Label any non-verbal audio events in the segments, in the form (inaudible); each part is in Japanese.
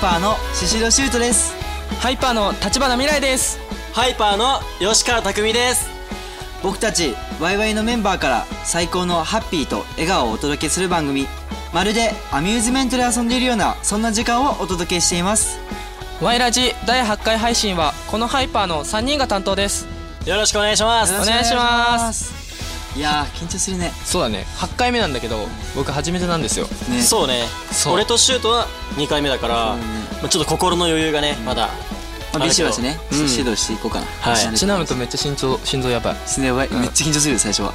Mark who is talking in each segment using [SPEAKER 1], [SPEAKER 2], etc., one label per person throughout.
[SPEAKER 1] パーの宍戸修斗です
[SPEAKER 2] ハイパーの立花未来です
[SPEAKER 3] ハイパーの吉川匠です
[SPEAKER 1] 僕たちワイワイのメンバーから最高のハッピーと笑顔をお届けする番組まるでアミューズメントで遊んでいるようなそんな時間をお届けしています
[SPEAKER 2] ワイラジ第8回配信はこのハイパーの3人が担当です
[SPEAKER 3] よろしくお願いしま
[SPEAKER 2] お
[SPEAKER 3] す
[SPEAKER 2] 願いします
[SPEAKER 1] いやー緊張するね
[SPEAKER 2] そうだね8回目なんだけど僕初めてなんですよ
[SPEAKER 1] ね
[SPEAKER 3] そうね
[SPEAKER 2] そう
[SPEAKER 3] 俺とシュートは2回目だから、
[SPEAKER 1] うんうん
[SPEAKER 3] まあ、ちょっと心の余裕がねまだ
[SPEAKER 1] まあビシバシね、
[SPEAKER 3] うん
[SPEAKER 1] 指導していこうかな
[SPEAKER 3] はい
[SPEAKER 1] 慣れて
[SPEAKER 2] ちなみとめっちゃ心臓心臓やばい
[SPEAKER 1] ねやばいめっちゃ緊張するよ最初はや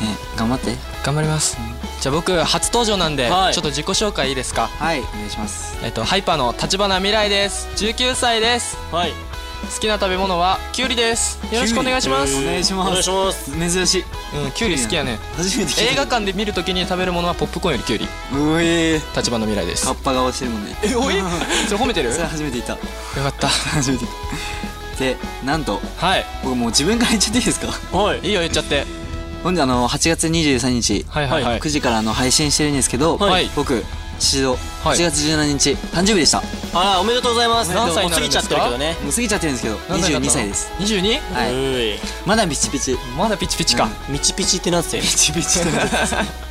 [SPEAKER 1] ばいね頑張って
[SPEAKER 2] 頑張りますじゃあ僕初登場なんで、
[SPEAKER 3] はい
[SPEAKER 2] ちょっと自己紹介いいですか
[SPEAKER 1] はいお願いします
[SPEAKER 2] えっとハイパーの立花未来です19歳です
[SPEAKER 3] はい
[SPEAKER 2] 好きな食べ物はキュウリですよろしくお願いします
[SPEAKER 1] お願いします
[SPEAKER 3] お願いします
[SPEAKER 1] 珍しい
[SPEAKER 2] うんキュウリ好きやね
[SPEAKER 1] 初めて聞
[SPEAKER 2] 映
[SPEAKER 1] いた
[SPEAKER 2] 画館で見るときに食べるものはポップコーンよりキュウリ
[SPEAKER 1] うえー
[SPEAKER 2] 立花未来です
[SPEAKER 1] カッパ顔してるもんね
[SPEAKER 2] えおいそれ褒めてるよ
[SPEAKER 1] それ初めて言った (laughs)
[SPEAKER 2] かった
[SPEAKER 1] 初めて言ったでなんと
[SPEAKER 2] はい
[SPEAKER 1] 僕もう自分から言っちゃっていいですか
[SPEAKER 3] はい
[SPEAKER 2] いいよ言っちゃって
[SPEAKER 1] ほんであの8月23日、
[SPEAKER 2] はいはいはい
[SPEAKER 1] 9時からあの配信してるんですけど、
[SPEAKER 2] はい
[SPEAKER 1] 僕宍戸
[SPEAKER 2] はい
[SPEAKER 1] 8月17日、誕生日でしたも
[SPEAKER 3] あーおめでとうございます
[SPEAKER 2] 何歳になるんですか
[SPEAKER 3] もう過ぎちゃってるけどね
[SPEAKER 1] う過ぎちゃってるんですけど22歳です
[SPEAKER 2] 22?
[SPEAKER 1] はいう
[SPEAKER 3] ーい
[SPEAKER 1] まだピチピチ
[SPEAKER 2] まだピチピチか、
[SPEAKER 1] うん
[SPEAKER 3] ミチピチってなんて
[SPEAKER 1] ピチピ (laughs) チだね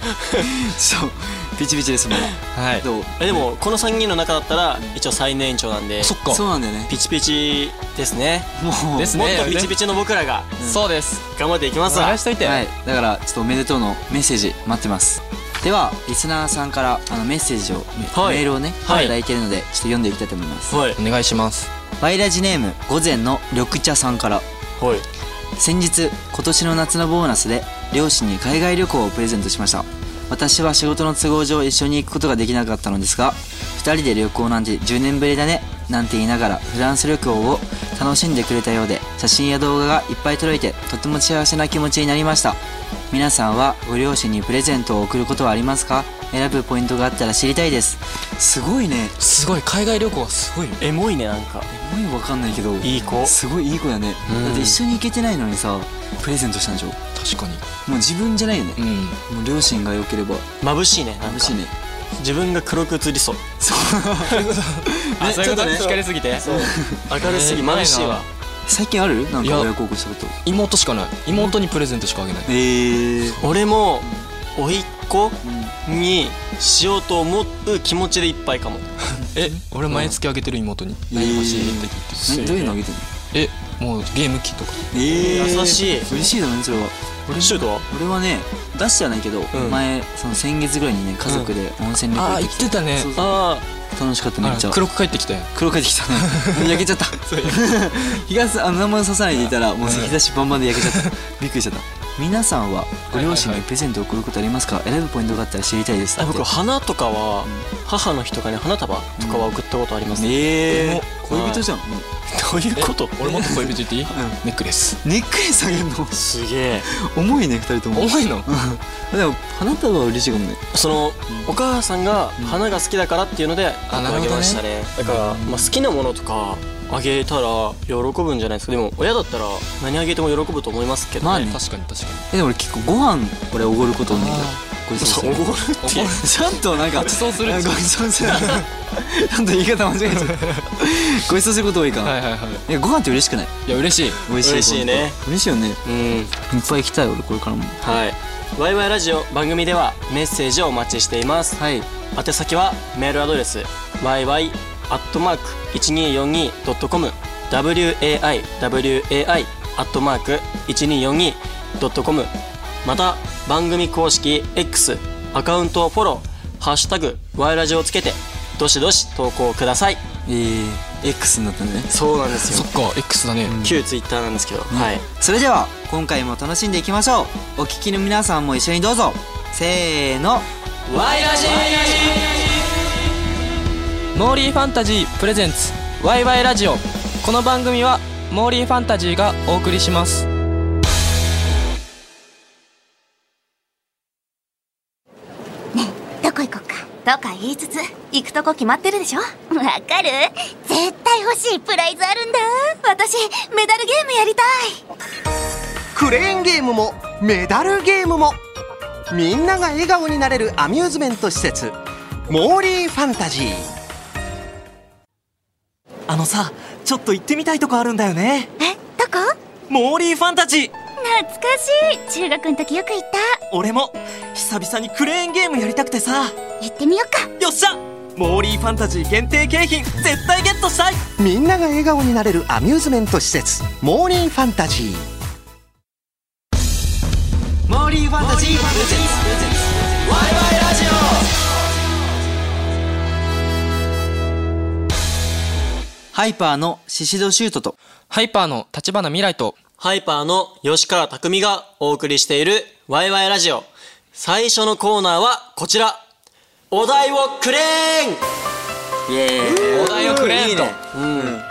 [SPEAKER 1] そうピチピチですもん
[SPEAKER 2] はい
[SPEAKER 1] どう
[SPEAKER 3] えでもこの3人の中だったら一応最年長なんで
[SPEAKER 2] そっか
[SPEAKER 1] そうなんだよね
[SPEAKER 3] ピチピチですね
[SPEAKER 1] もう
[SPEAKER 2] です
[SPEAKER 3] もっ
[SPEAKER 2] ね
[SPEAKER 3] とピチピチの僕らが
[SPEAKER 2] そうです
[SPEAKER 3] 頑張っていきま
[SPEAKER 2] お
[SPEAKER 3] すわ
[SPEAKER 2] 願いしといて、
[SPEAKER 1] はいだからちょっとおめでとうのメッセージ待ってますではリスナーさんからあのメッセージを、
[SPEAKER 3] はい
[SPEAKER 1] メールをね、
[SPEAKER 3] はい
[SPEAKER 1] い、ただいてるのでちょっと読んでいきたいと思います
[SPEAKER 3] はい
[SPEAKER 2] お願いします
[SPEAKER 1] ワイラジネーム午前の緑茶さんから
[SPEAKER 3] はい
[SPEAKER 1] 先日今年の夏のボーナスで両親に海外旅行をプレゼントしました私は仕事の都合上一緒に行くことができなかったのですが2人で旅行なんて10年ぶりだねなんて言いながらフランス旅行を楽しんでくれたようで写真や動画がいっぱい届いてとても幸せな気持ちになりました皆さんはご両親にプレゼントを贈ることはありますか選ぶポイントがあったら知りたいですすごいね
[SPEAKER 2] すごい海外旅行はすごいよ
[SPEAKER 3] エモいねなんか
[SPEAKER 1] もうわかんないけど
[SPEAKER 3] いい子
[SPEAKER 1] すごいいい子だね
[SPEAKER 2] うん
[SPEAKER 1] だって一緒に行けてないのにさプレゼントしたんでしょも
[SPEAKER 2] 確かに
[SPEAKER 1] う自分じゃないよね
[SPEAKER 2] うん
[SPEAKER 1] もう両親が良ければ
[SPEAKER 3] 眩しいねなん
[SPEAKER 1] 楽
[SPEAKER 3] か
[SPEAKER 1] しいね
[SPEAKER 3] 自分が黒く映りそう (laughs)
[SPEAKER 2] あそういう
[SPEAKER 1] ちょっ
[SPEAKER 2] こと
[SPEAKER 1] とね
[SPEAKER 2] 光りすぎて
[SPEAKER 3] 明るすぎ眩しいわ
[SPEAKER 1] 最近あるなん
[SPEAKER 2] いや
[SPEAKER 1] か親孝行したこと
[SPEAKER 2] 妹しかない妹にプレゼントしかあげない
[SPEAKER 1] ええ
[SPEAKER 3] 俺もおいっ子
[SPEAKER 1] うん
[SPEAKER 3] にしようと思う気持ちでいっぱいかも
[SPEAKER 2] え俺毎月あげてる妹に
[SPEAKER 1] えー
[SPEAKER 2] 何欲しいって言っ
[SPEAKER 1] など
[SPEAKER 2] て
[SPEAKER 1] ういうのあげてんの
[SPEAKER 2] えもうゲーム機とか
[SPEAKER 1] え
[SPEAKER 3] ー優しい
[SPEAKER 1] 嬉しいだねそれは
[SPEAKER 3] シュートは
[SPEAKER 1] 俺はね出してはないけど
[SPEAKER 3] ん
[SPEAKER 1] 前その先月ぐらいにね家族で温泉旅行
[SPEAKER 2] あ
[SPEAKER 1] 行っ
[SPEAKER 2] あ
[SPEAKER 1] て
[SPEAKER 2] 言
[SPEAKER 1] き
[SPEAKER 2] っててたね
[SPEAKER 1] そうそう
[SPEAKER 3] あ
[SPEAKER 1] 楽しかっためっち
[SPEAKER 2] あ
[SPEAKER 1] ゃ
[SPEAKER 2] 黒く帰ってきたよ
[SPEAKER 1] 黒帰ってきたね焼けちゃった (laughs) 日がさあの何も刺さないでいたらもう日差しバンバンで焼けちゃったびっくりしちゃった皆さんはご両親
[SPEAKER 2] は
[SPEAKER 1] に
[SPEAKER 2] いはいはい
[SPEAKER 1] プレゼントを贈ることありますか選ぶポイントがあったら知りたいです
[SPEAKER 3] あ僕花とかは母の日とかに花束とかは送ったことありますね
[SPEAKER 1] ええ
[SPEAKER 3] 俺も
[SPEAKER 1] 恋人じゃんもう
[SPEAKER 3] どういうこと
[SPEAKER 2] 俺もっと恋人言っていいネックレス
[SPEAKER 1] ネックレスあげるの
[SPEAKER 3] すげえ
[SPEAKER 1] 重いね二人とも
[SPEAKER 2] 重いの
[SPEAKER 1] でも花束は嬉しいかもね
[SPEAKER 3] そのお母さんが花が好きだからっていうので僕
[SPEAKER 2] なる
[SPEAKER 3] あ
[SPEAKER 2] ほどね
[SPEAKER 3] げましたねだからまあ好きなものとかあげたら喜ぶんじゃないですかでも親だったら何あげても喜ぶと思いますけど
[SPEAKER 1] まあ
[SPEAKER 3] ね
[SPEAKER 1] ね
[SPEAKER 2] 確かに確かに
[SPEAKER 1] えでも俺結構ご飯俺おごること多いんだけど
[SPEAKER 2] あ
[SPEAKER 1] ごちそうす
[SPEAKER 3] そう
[SPEAKER 1] る
[SPEAKER 3] おごるっていう
[SPEAKER 1] ちゃんとなんか
[SPEAKER 2] ごちそうする
[SPEAKER 1] あごちそうするちゃんと言い方間違えちゃったごちそうすること多いから、
[SPEAKER 2] はいはいはい
[SPEAKER 1] えご飯って嬉しくない
[SPEAKER 2] いや嬉しい
[SPEAKER 1] 美味しい
[SPEAKER 3] 嬉しいね
[SPEAKER 1] 嬉しいよねいっ
[SPEAKER 3] うん
[SPEAKER 1] ぱい行きたい俺これからも
[SPEAKER 3] はいワイワイラジオ番組ではメッセージをお待ちしています
[SPEAKER 1] はい
[SPEAKER 3] 宛先はメールアドレス yy.1242.com waiwai.1242.com また番組公式 X アカウントをフォロー「ハッシュタグワイラジ」をつけてどしどし投稿ください
[SPEAKER 1] えー、X になったね
[SPEAKER 3] そうなんです
[SPEAKER 2] そっか X だね
[SPEAKER 3] 旧 Twitter なんですけど、はい
[SPEAKER 1] それでは今回も楽しんでいきましょうお聞きの皆さんも一緒にどうぞせーの
[SPEAKER 3] ワイラジ
[SPEAKER 2] モーリーファンタジープレゼンツワイワイラジオこの番組はモーリーファンタジーがお送りします
[SPEAKER 4] どこ行こっかとか言いつつ行くとこ決まってるでしょわかる絶対欲しいプライズあるんだ私メダルゲームやりたい
[SPEAKER 5] クレーンゲームもメダルゲームもみんなが笑顔になれるアミューズメント施設モーリーファンタジー
[SPEAKER 6] あのさちょっと行ってみたいとこあるんだよね
[SPEAKER 4] えどこ
[SPEAKER 6] モーリーファンタジー
[SPEAKER 4] 懐かしい中学の時よく行った
[SPEAKER 6] 俺も久々にクレーンゲームやりたくてさ
[SPEAKER 4] 行ってみようか
[SPEAKER 6] よっしゃモーリーファンタジー限定景品絶対ゲットしたい
[SPEAKER 5] みんなが笑顔になれるアミューズメント施設モーリーファンタジー
[SPEAKER 1] モーリーファンタジープレゼンツワイワイラジオハイパーのシシドシュートと
[SPEAKER 2] ハイパーの立花未来と
[SPEAKER 3] ハイパーの吉川匠がお送りしているワイワイラジオ。最初のコーナーはこちら。お題をくれーん
[SPEAKER 1] イエーイ
[SPEAKER 2] お題をくれん
[SPEAKER 1] い
[SPEAKER 2] と
[SPEAKER 1] いね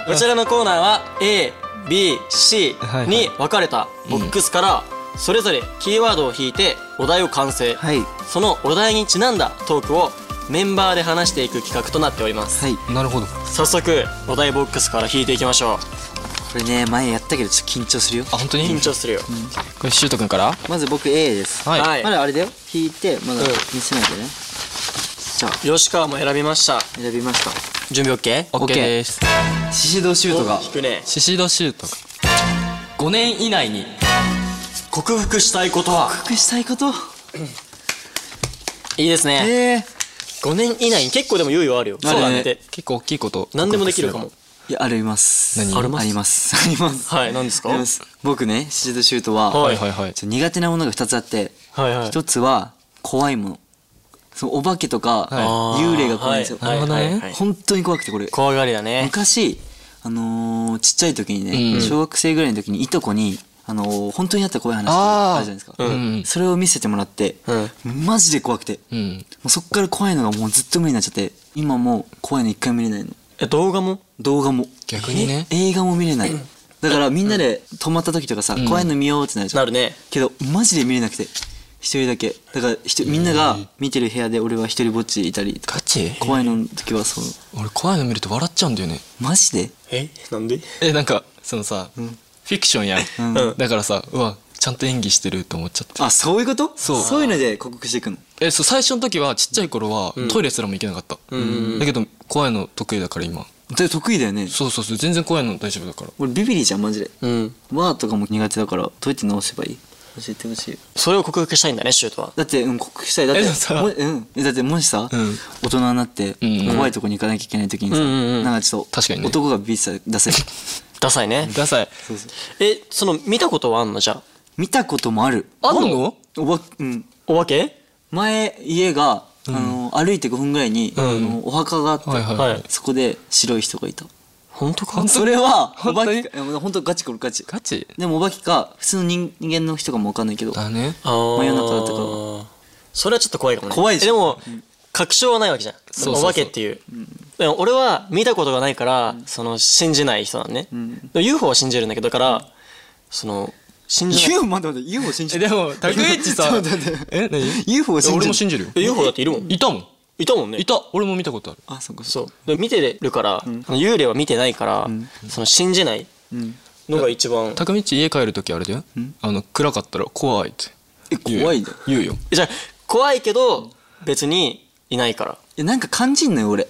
[SPEAKER 3] こちらのコーナーは A、B、C
[SPEAKER 2] はいはい
[SPEAKER 3] に分かれたボックスからそれぞれキーワードを引いてお題を完成。
[SPEAKER 1] はいは
[SPEAKER 3] そのお題にちなんだトークをメンバーで話していく企画となっております。
[SPEAKER 1] い
[SPEAKER 2] なるほど
[SPEAKER 3] 早速お題ボックスから引いていきましょ
[SPEAKER 1] これね前やったけどちょっと緊張するよ
[SPEAKER 2] あ本当
[SPEAKER 3] う。
[SPEAKER 2] に
[SPEAKER 3] 緊張するよ。
[SPEAKER 2] これシュート君から
[SPEAKER 1] まず僕 A です
[SPEAKER 2] はい、
[SPEAKER 3] はい
[SPEAKER 1] まだあれだよ引いてまだ
[SPEAKER 3] うん
[SPEAKER 1] 見せないでねじゃあ
[SPEAKER 3] 吉川も選びました。
[SPEAKER 1] 選びました
[SPEAKER 3] 準備 OK?
[SPEAKER 2] オッケーです
[SPEAKER 1] シシドシュートが
[SPEAKER 3] 引くね。
[SPEAKER 2] シシドシュート5年以内に
[SPEAKER 3] 克服したいことは
[SPEAKER 1] 隠したいこと
[SPEAKER 3] いいですね。
[SPEAKER 1] ええ
[SPEAKER 3] 5年以内に結構でも猶予あるよ。
[SPEAKER 1] あるね
[SPEAKER 3] そうだね。
[SPEAKER 2] 結構大きいこと
[SPEAKER 3] 何でもできるかも。
[SPEAKER 1] いやあります
[SPEAKER 2] 何
[SPEAKER 1] ありますありますあります
[SPEAKER 3] はい。何です
[SPEAKER 1] あります僕ねシシドシュートは
[SPEAKER 3] は
[SPEAKER 2] はいはいはい
[SPEAKER 1] ちょっと苦手なものが2つあって
[SPEAKER 3] はいはい。
[SPEAKER 1] 一つは怖いものそのお化けとか
[SPEAKER 2] は
[SPEAKER 1] 幽霊が怖いんですよ
[SPEAKER 2] なるほどね
[SPEAKER 3] はい
[SPEAKER 1] 本当に怖くてこれ
[SPEAKER 3] 怖がりだね。
[SPEAKER 1] 昔あのーちっちゃい時にね、
[SPEAKER 2] うん
[SPEAKER 1] 小学生ぐらいの時にいとこにあのー本当にあった怖い話あるじゃないですか、
[SPEAKER 2] うんうん
[SPEAKER 1] それを見せてもらって、マジで怖くて、も
[SPEAKER 2] うん
[SPEAKER 1] うそっから怖いのがもうずっと無理になっちゃって今もう怖いの一回も見れないの
[SPEAKER 3] え、動画も
[SPEAKER 1] 動画も
[SPEAKER 2] 逆にね
[SPEAKER 1] え映画も見れないだからみんなで泊まった時とかさ、怖いの見ようってなるじゃん
[SPEAKER 3] なるね。
[SPEAKER 1] けどマジで見れなくて一人だけだからひとみんなが見てる部屋で俺は一人ぼっちいたりとか
[SPEAKER 2] ガチ
[SPEAKER 1] 怖いのの時はそう
[SPEAKER 2] 俺怖いの見ると笑っちゃうんだよね
[SPEAKER 1] マジで
[SPEAKER 3] えなんで
[SPEAKER 2] えなんかそのさ、フィクションやん、
[SPEAKER 1] う
[SPEAKER 2] だからさうわちゃんと演技してると思っちゃって
[SPEAKER 1] あそういうこと
[SPEAKER 2] そう
[SPEAKER 1] そういうので克服していくの
[SPEAKER 2] えそう最初の時はちっちゃい頃は、トイレすらも行けなかった、だけど怖いの得意だから今
[SPEAKER 1] で得意だよね
[SPEAKER 2] そうそうそう全然怖いの大丈夫だから
[SPEAKER 1] 俺ビビリじゃんマジで
[SPEAKER 3] うん。
[SPEAKER 1] ワーとかも苦手だからどうやって直せばいい教えてほしい
[SPEAKER 3] それを克服したいんだね、シュートは。
[SPEAKER 1] だってうん克服したいだっ
[SPEAKER 2] え
[SPEAKER 1] て
[SPEAKER 2] でもさ
[SPEAKER 1] もうんえだってもしさ、
[SPEAKER 2] ん
[SPEAKER 1] 大人になって
[SPEAKER 2] んうん
[SPEAKER 1] 怖いとこに行かなきゃいけない時にさ、
[SPEAKER 3] うんうんうん
[SPEAKER 1] なんかちょっと
[SPEAKER 2] 確かにね
[SPEAKER 1] 男がビビってたら出せる
[SPEAKER 3] ダサいね。
[SPEAKER 2] ダサい
[SPEAKER 3] え、その、見たことはあんのじゃあ。
[SPEAKER 1] 見たこともある
[SPEAKER 2] あんの
[SPEAKER 1] おばうん
[SPEAKER 3] お化け
[SPEAKER 1] 前家が、あの歩いて5分ぐらいに、
[SPEAKER 2] ん
[SPEAKER 1] あのお墓があって、
[SPEAKER 2] はいはいはい、
[SPEAKER 3] はい
[SPEAKER 1] そこで白い人がいた
[SPEAKER 3] 本当か
[SPEAKER 1] それはお
[SPEAKER 2] 本
[SPEAKER 1] 化
[SPEAKER 2] 当に
[SPEAKER 1] けかいや本当ガチこれガチ
[SPEAKER 2] ガチ
[SPEAKER 1] でもお化けか普通の人人間の人かも分かんないけど
[SPEAKER 2] だね
[SPEAKER 3] あー
[SPEAKER 1] 真夜中だったから
[SPEAKER 3] それはちょっと怖いかもね。
[SPEAKER 1] 怖いじゃん
[SPEAKER 3] えでも、確証はないわけじゃん。
[SPEAKER 2] そうそうそう
[SPEAKER 3] お化けっていう。でも俺は見たことがないから、その、信じない人なんね。でも UFO は信じるんだけど、だから、その、信じない。
[SPEAKER 1] UFO 待って待って UFO 信じ
[SPEAKER 2] え
[SPEAKER 1] る
[SPEAKER 2] でもタクエッチ
[SPEAKER 1] (laughs)
[SPEAKER 2] さえ何
[SPEAKER 1] UFO 信じる
[SPEAKER 2] 俺も信じるよ
[SPEAKER 3] え UFO だっているもん。
[SPEAKER 2] いたもん
[SPEAKER 3] いたもんね。
[SPEAKER 2] いた俺も見たことある
[SPEAKER 1] あそっかそ
[SPEAKER 3] そ
[SPEAKER 1] っ
[SPEAKER 3] う
[SPEAKER 1] か
[SPEAKER 3] で見てるから、あの幽霊は見てないから、その信じないのが一番、
[SPEAKER 2] タクミッチ家帰る時あれだよあの暗かったら怖いって
[SPEAKER 1] え
[SPEAKER 2] 言うよ
[SPEAKER 1] 怖いんだ
[SPEAKER 2] 言うよ
[SPEAKER 3] じゃあ怖いけど別にいないから
[SPEAKER 1] えなんか感じんのよ俺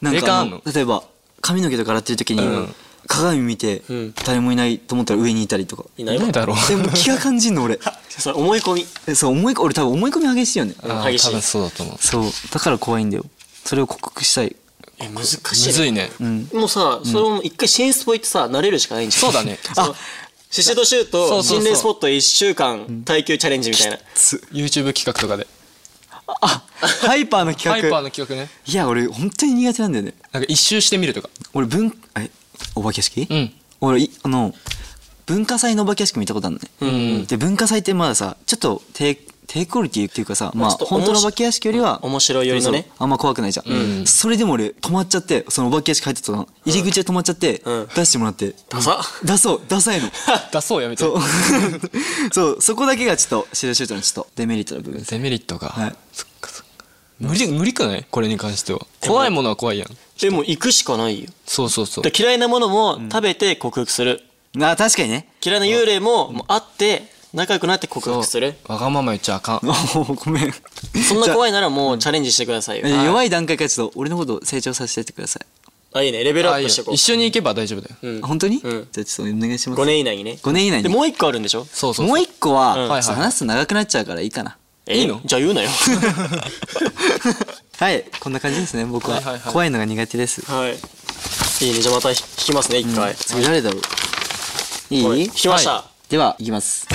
[SPEAKER 1] なん
[SPEAKER 2] 霊感
[SPEAKER 1] か
[SPEAKER 2] あ
[SPEAKER 1] あ
[SPEAKER 2] ん
[SPEAKER 1] の
[SPEAKER 2] の
[SPEAKER 1] 例えば髪の毛とか洗ってる時に、
[SPEAKER 2] うん
[SPEAKER 1] 鏡見て、
[SPEAKER 3] うん
[SPEAKER 1] 誰もいないと思ったら上にいたりとか
[SPEAKER 3] い
[SPEAKER 2] い
[SPEAKER 3] ないわ
[SPEAKER 2] ないだろう
[SPEAKER 1] でも気が感じん
[SPEAKER 2] (laughs)
[SPEAKER 1] の俺
[SPEAKER 3] それ思い込み
[SPEAKER 1] えそう思い俺多分思い込み激しいよね
[SPEAKER 2] あー
[SPEAKER 3] 激しい
[SPEAKER 2] 多分そうだと思う
[SPEAKER 1] そうだから怖いんだよそれを克服したい
[SPEAKER 3] え難しい
[SPEAKER 2] むずいね
[SPEAKER 1] うん
[SPEAKER 3] もうさそれも一回新スポ行ってさ慣れるしかないんじゃん
[SPEAKER 2] そうだね
[SPEAKER 3] (laughs) あシシドシュー
[SPEAKER 2] そ
[SPEAKER 3] ト
[SPEAKER 2] うそうそう
[SPEAKER 3] 心霊スポット1週間耐久チャレンジみたいな
[SPEAKER 2] YouTube 企画とかで
[SPEAKER 1] ハイパーの
[SPEAKER 2] ハ
[SPEAKER 1] 企
[SPEAKER 2] イパー
[SPEAKER 1] 画
[SPEAKER 2] の企画ね
[SPEAKER 1] いや俺本当に苦手なんだよね
[SPEAKER 2] なんか一周してみるとか
[SPEAKER 1] 俺文えお化け屋敷、
[SPEAKER 2] うん
[SPEAKER 1] 俺いあの文化祭のお化け屋敷見たことあるのね、で文化祭ってまださちょっと低低クオリティっていうかさまあ
[SPEAKER 3] ちょっと
[SPEAKER 1] 本当のお化け屋敷よりは
[SPEAKER 3] 面白いよりのね
[SPEAKER 1] そうそうあんま怖くないじゃん、それでも俺止まっちゃってそのお化け屋敷入ってたの入り口で止まっちゃって、
[SPEAKER 3] うん
[SPEAKER 1] 出してもらって
[SPEAKER 3] ダサ
[SPEAKER 1] 出そう出
[SPEAKER 3] (laughs)
[SPEAKER 1] さいの
[SPEAKER 2] 出そうやめて
[SPEAKER 1] そう (laughs) そうそこだけがちょっとシルシュートのちょっとデメリットな部分です
[SPEAKER 2] デメリットが、
[SPEAKER 1] はい
[SPEAKER 2] そっかそっか無理無理かねこれに関しては怖いものは怖いやん
[SPEAKER 3] でも行くしかないよ
[SPEAKER 2] そうそうそう
[SPEAKER 3] で嫌いなものも食べて克服する、
[SPEAKER 1] あ確かにね (laughs)
[SPEAKER 3] 嫌いな幽霊ももう会って仲良くなって克服する
[SPEAKER 2] わがまま言っちゃあかん
[SPEAKER 1] ごめん
[SPEAKER 3] そんな
[SPEAKER 1] じゃあ
[SPEAKER 3] 怖いならもうチャレンジしてくださいよ
[SPEAKER 1] 弱い段階からちょっと俺のこと成長させてってください
[SPEAKER 3] あ、いいね。レベルア
[SPEAKER 2] あいいよ
[SPEAKER 3] ップしてこ
[SPEAKER 2] 一緒に行けば大丈夫だよ、
[SPEAKER 3] う。うん。
[SPEAKER 1] 本当に、
[SPEAKER 3] うん
[SPEAKER 1] じゃあちょっとお願いします
[SPEAKER 3] 5年以内にね。
[SPEAKER 1] 5年以内
[SPEAKER 3] で、
[SPEAKER 1] に
[SPEAKER 3] もう一個あるんでしょ
[SPEAKER 2] そうそうそう
[SPEAKER 1] もう一個
[SPEAKER 3] うん
[SPEAKER 1] は、
[SPEAKER 2] はいはい
[SPEAKER 1] ちょっと話すと長くなっちゃうからいいかな
[SPEAKER 3] え
[SPEAKER 2] いいの
[SPEAKER 3] じゃあ言
[SPEAKER 2] (laughs)
[SPEAKER 3] うなよ。
[SPEAKER 1] はいこんな感じですね僕は,、
[SPEAKER 2] はいはいはい
[SPEAKER 1] 怖いのが苦手です、
[SPEAKER 3] はい。いいね。じゃあまた引きますね、一
[SPEAKER 1] は
[SPEAKER 3] 回
[SPEAKER 1] い、。次誰だろういい、
[SPEAKER 3] はい引きました。
[SPEAKER 1] ではいきます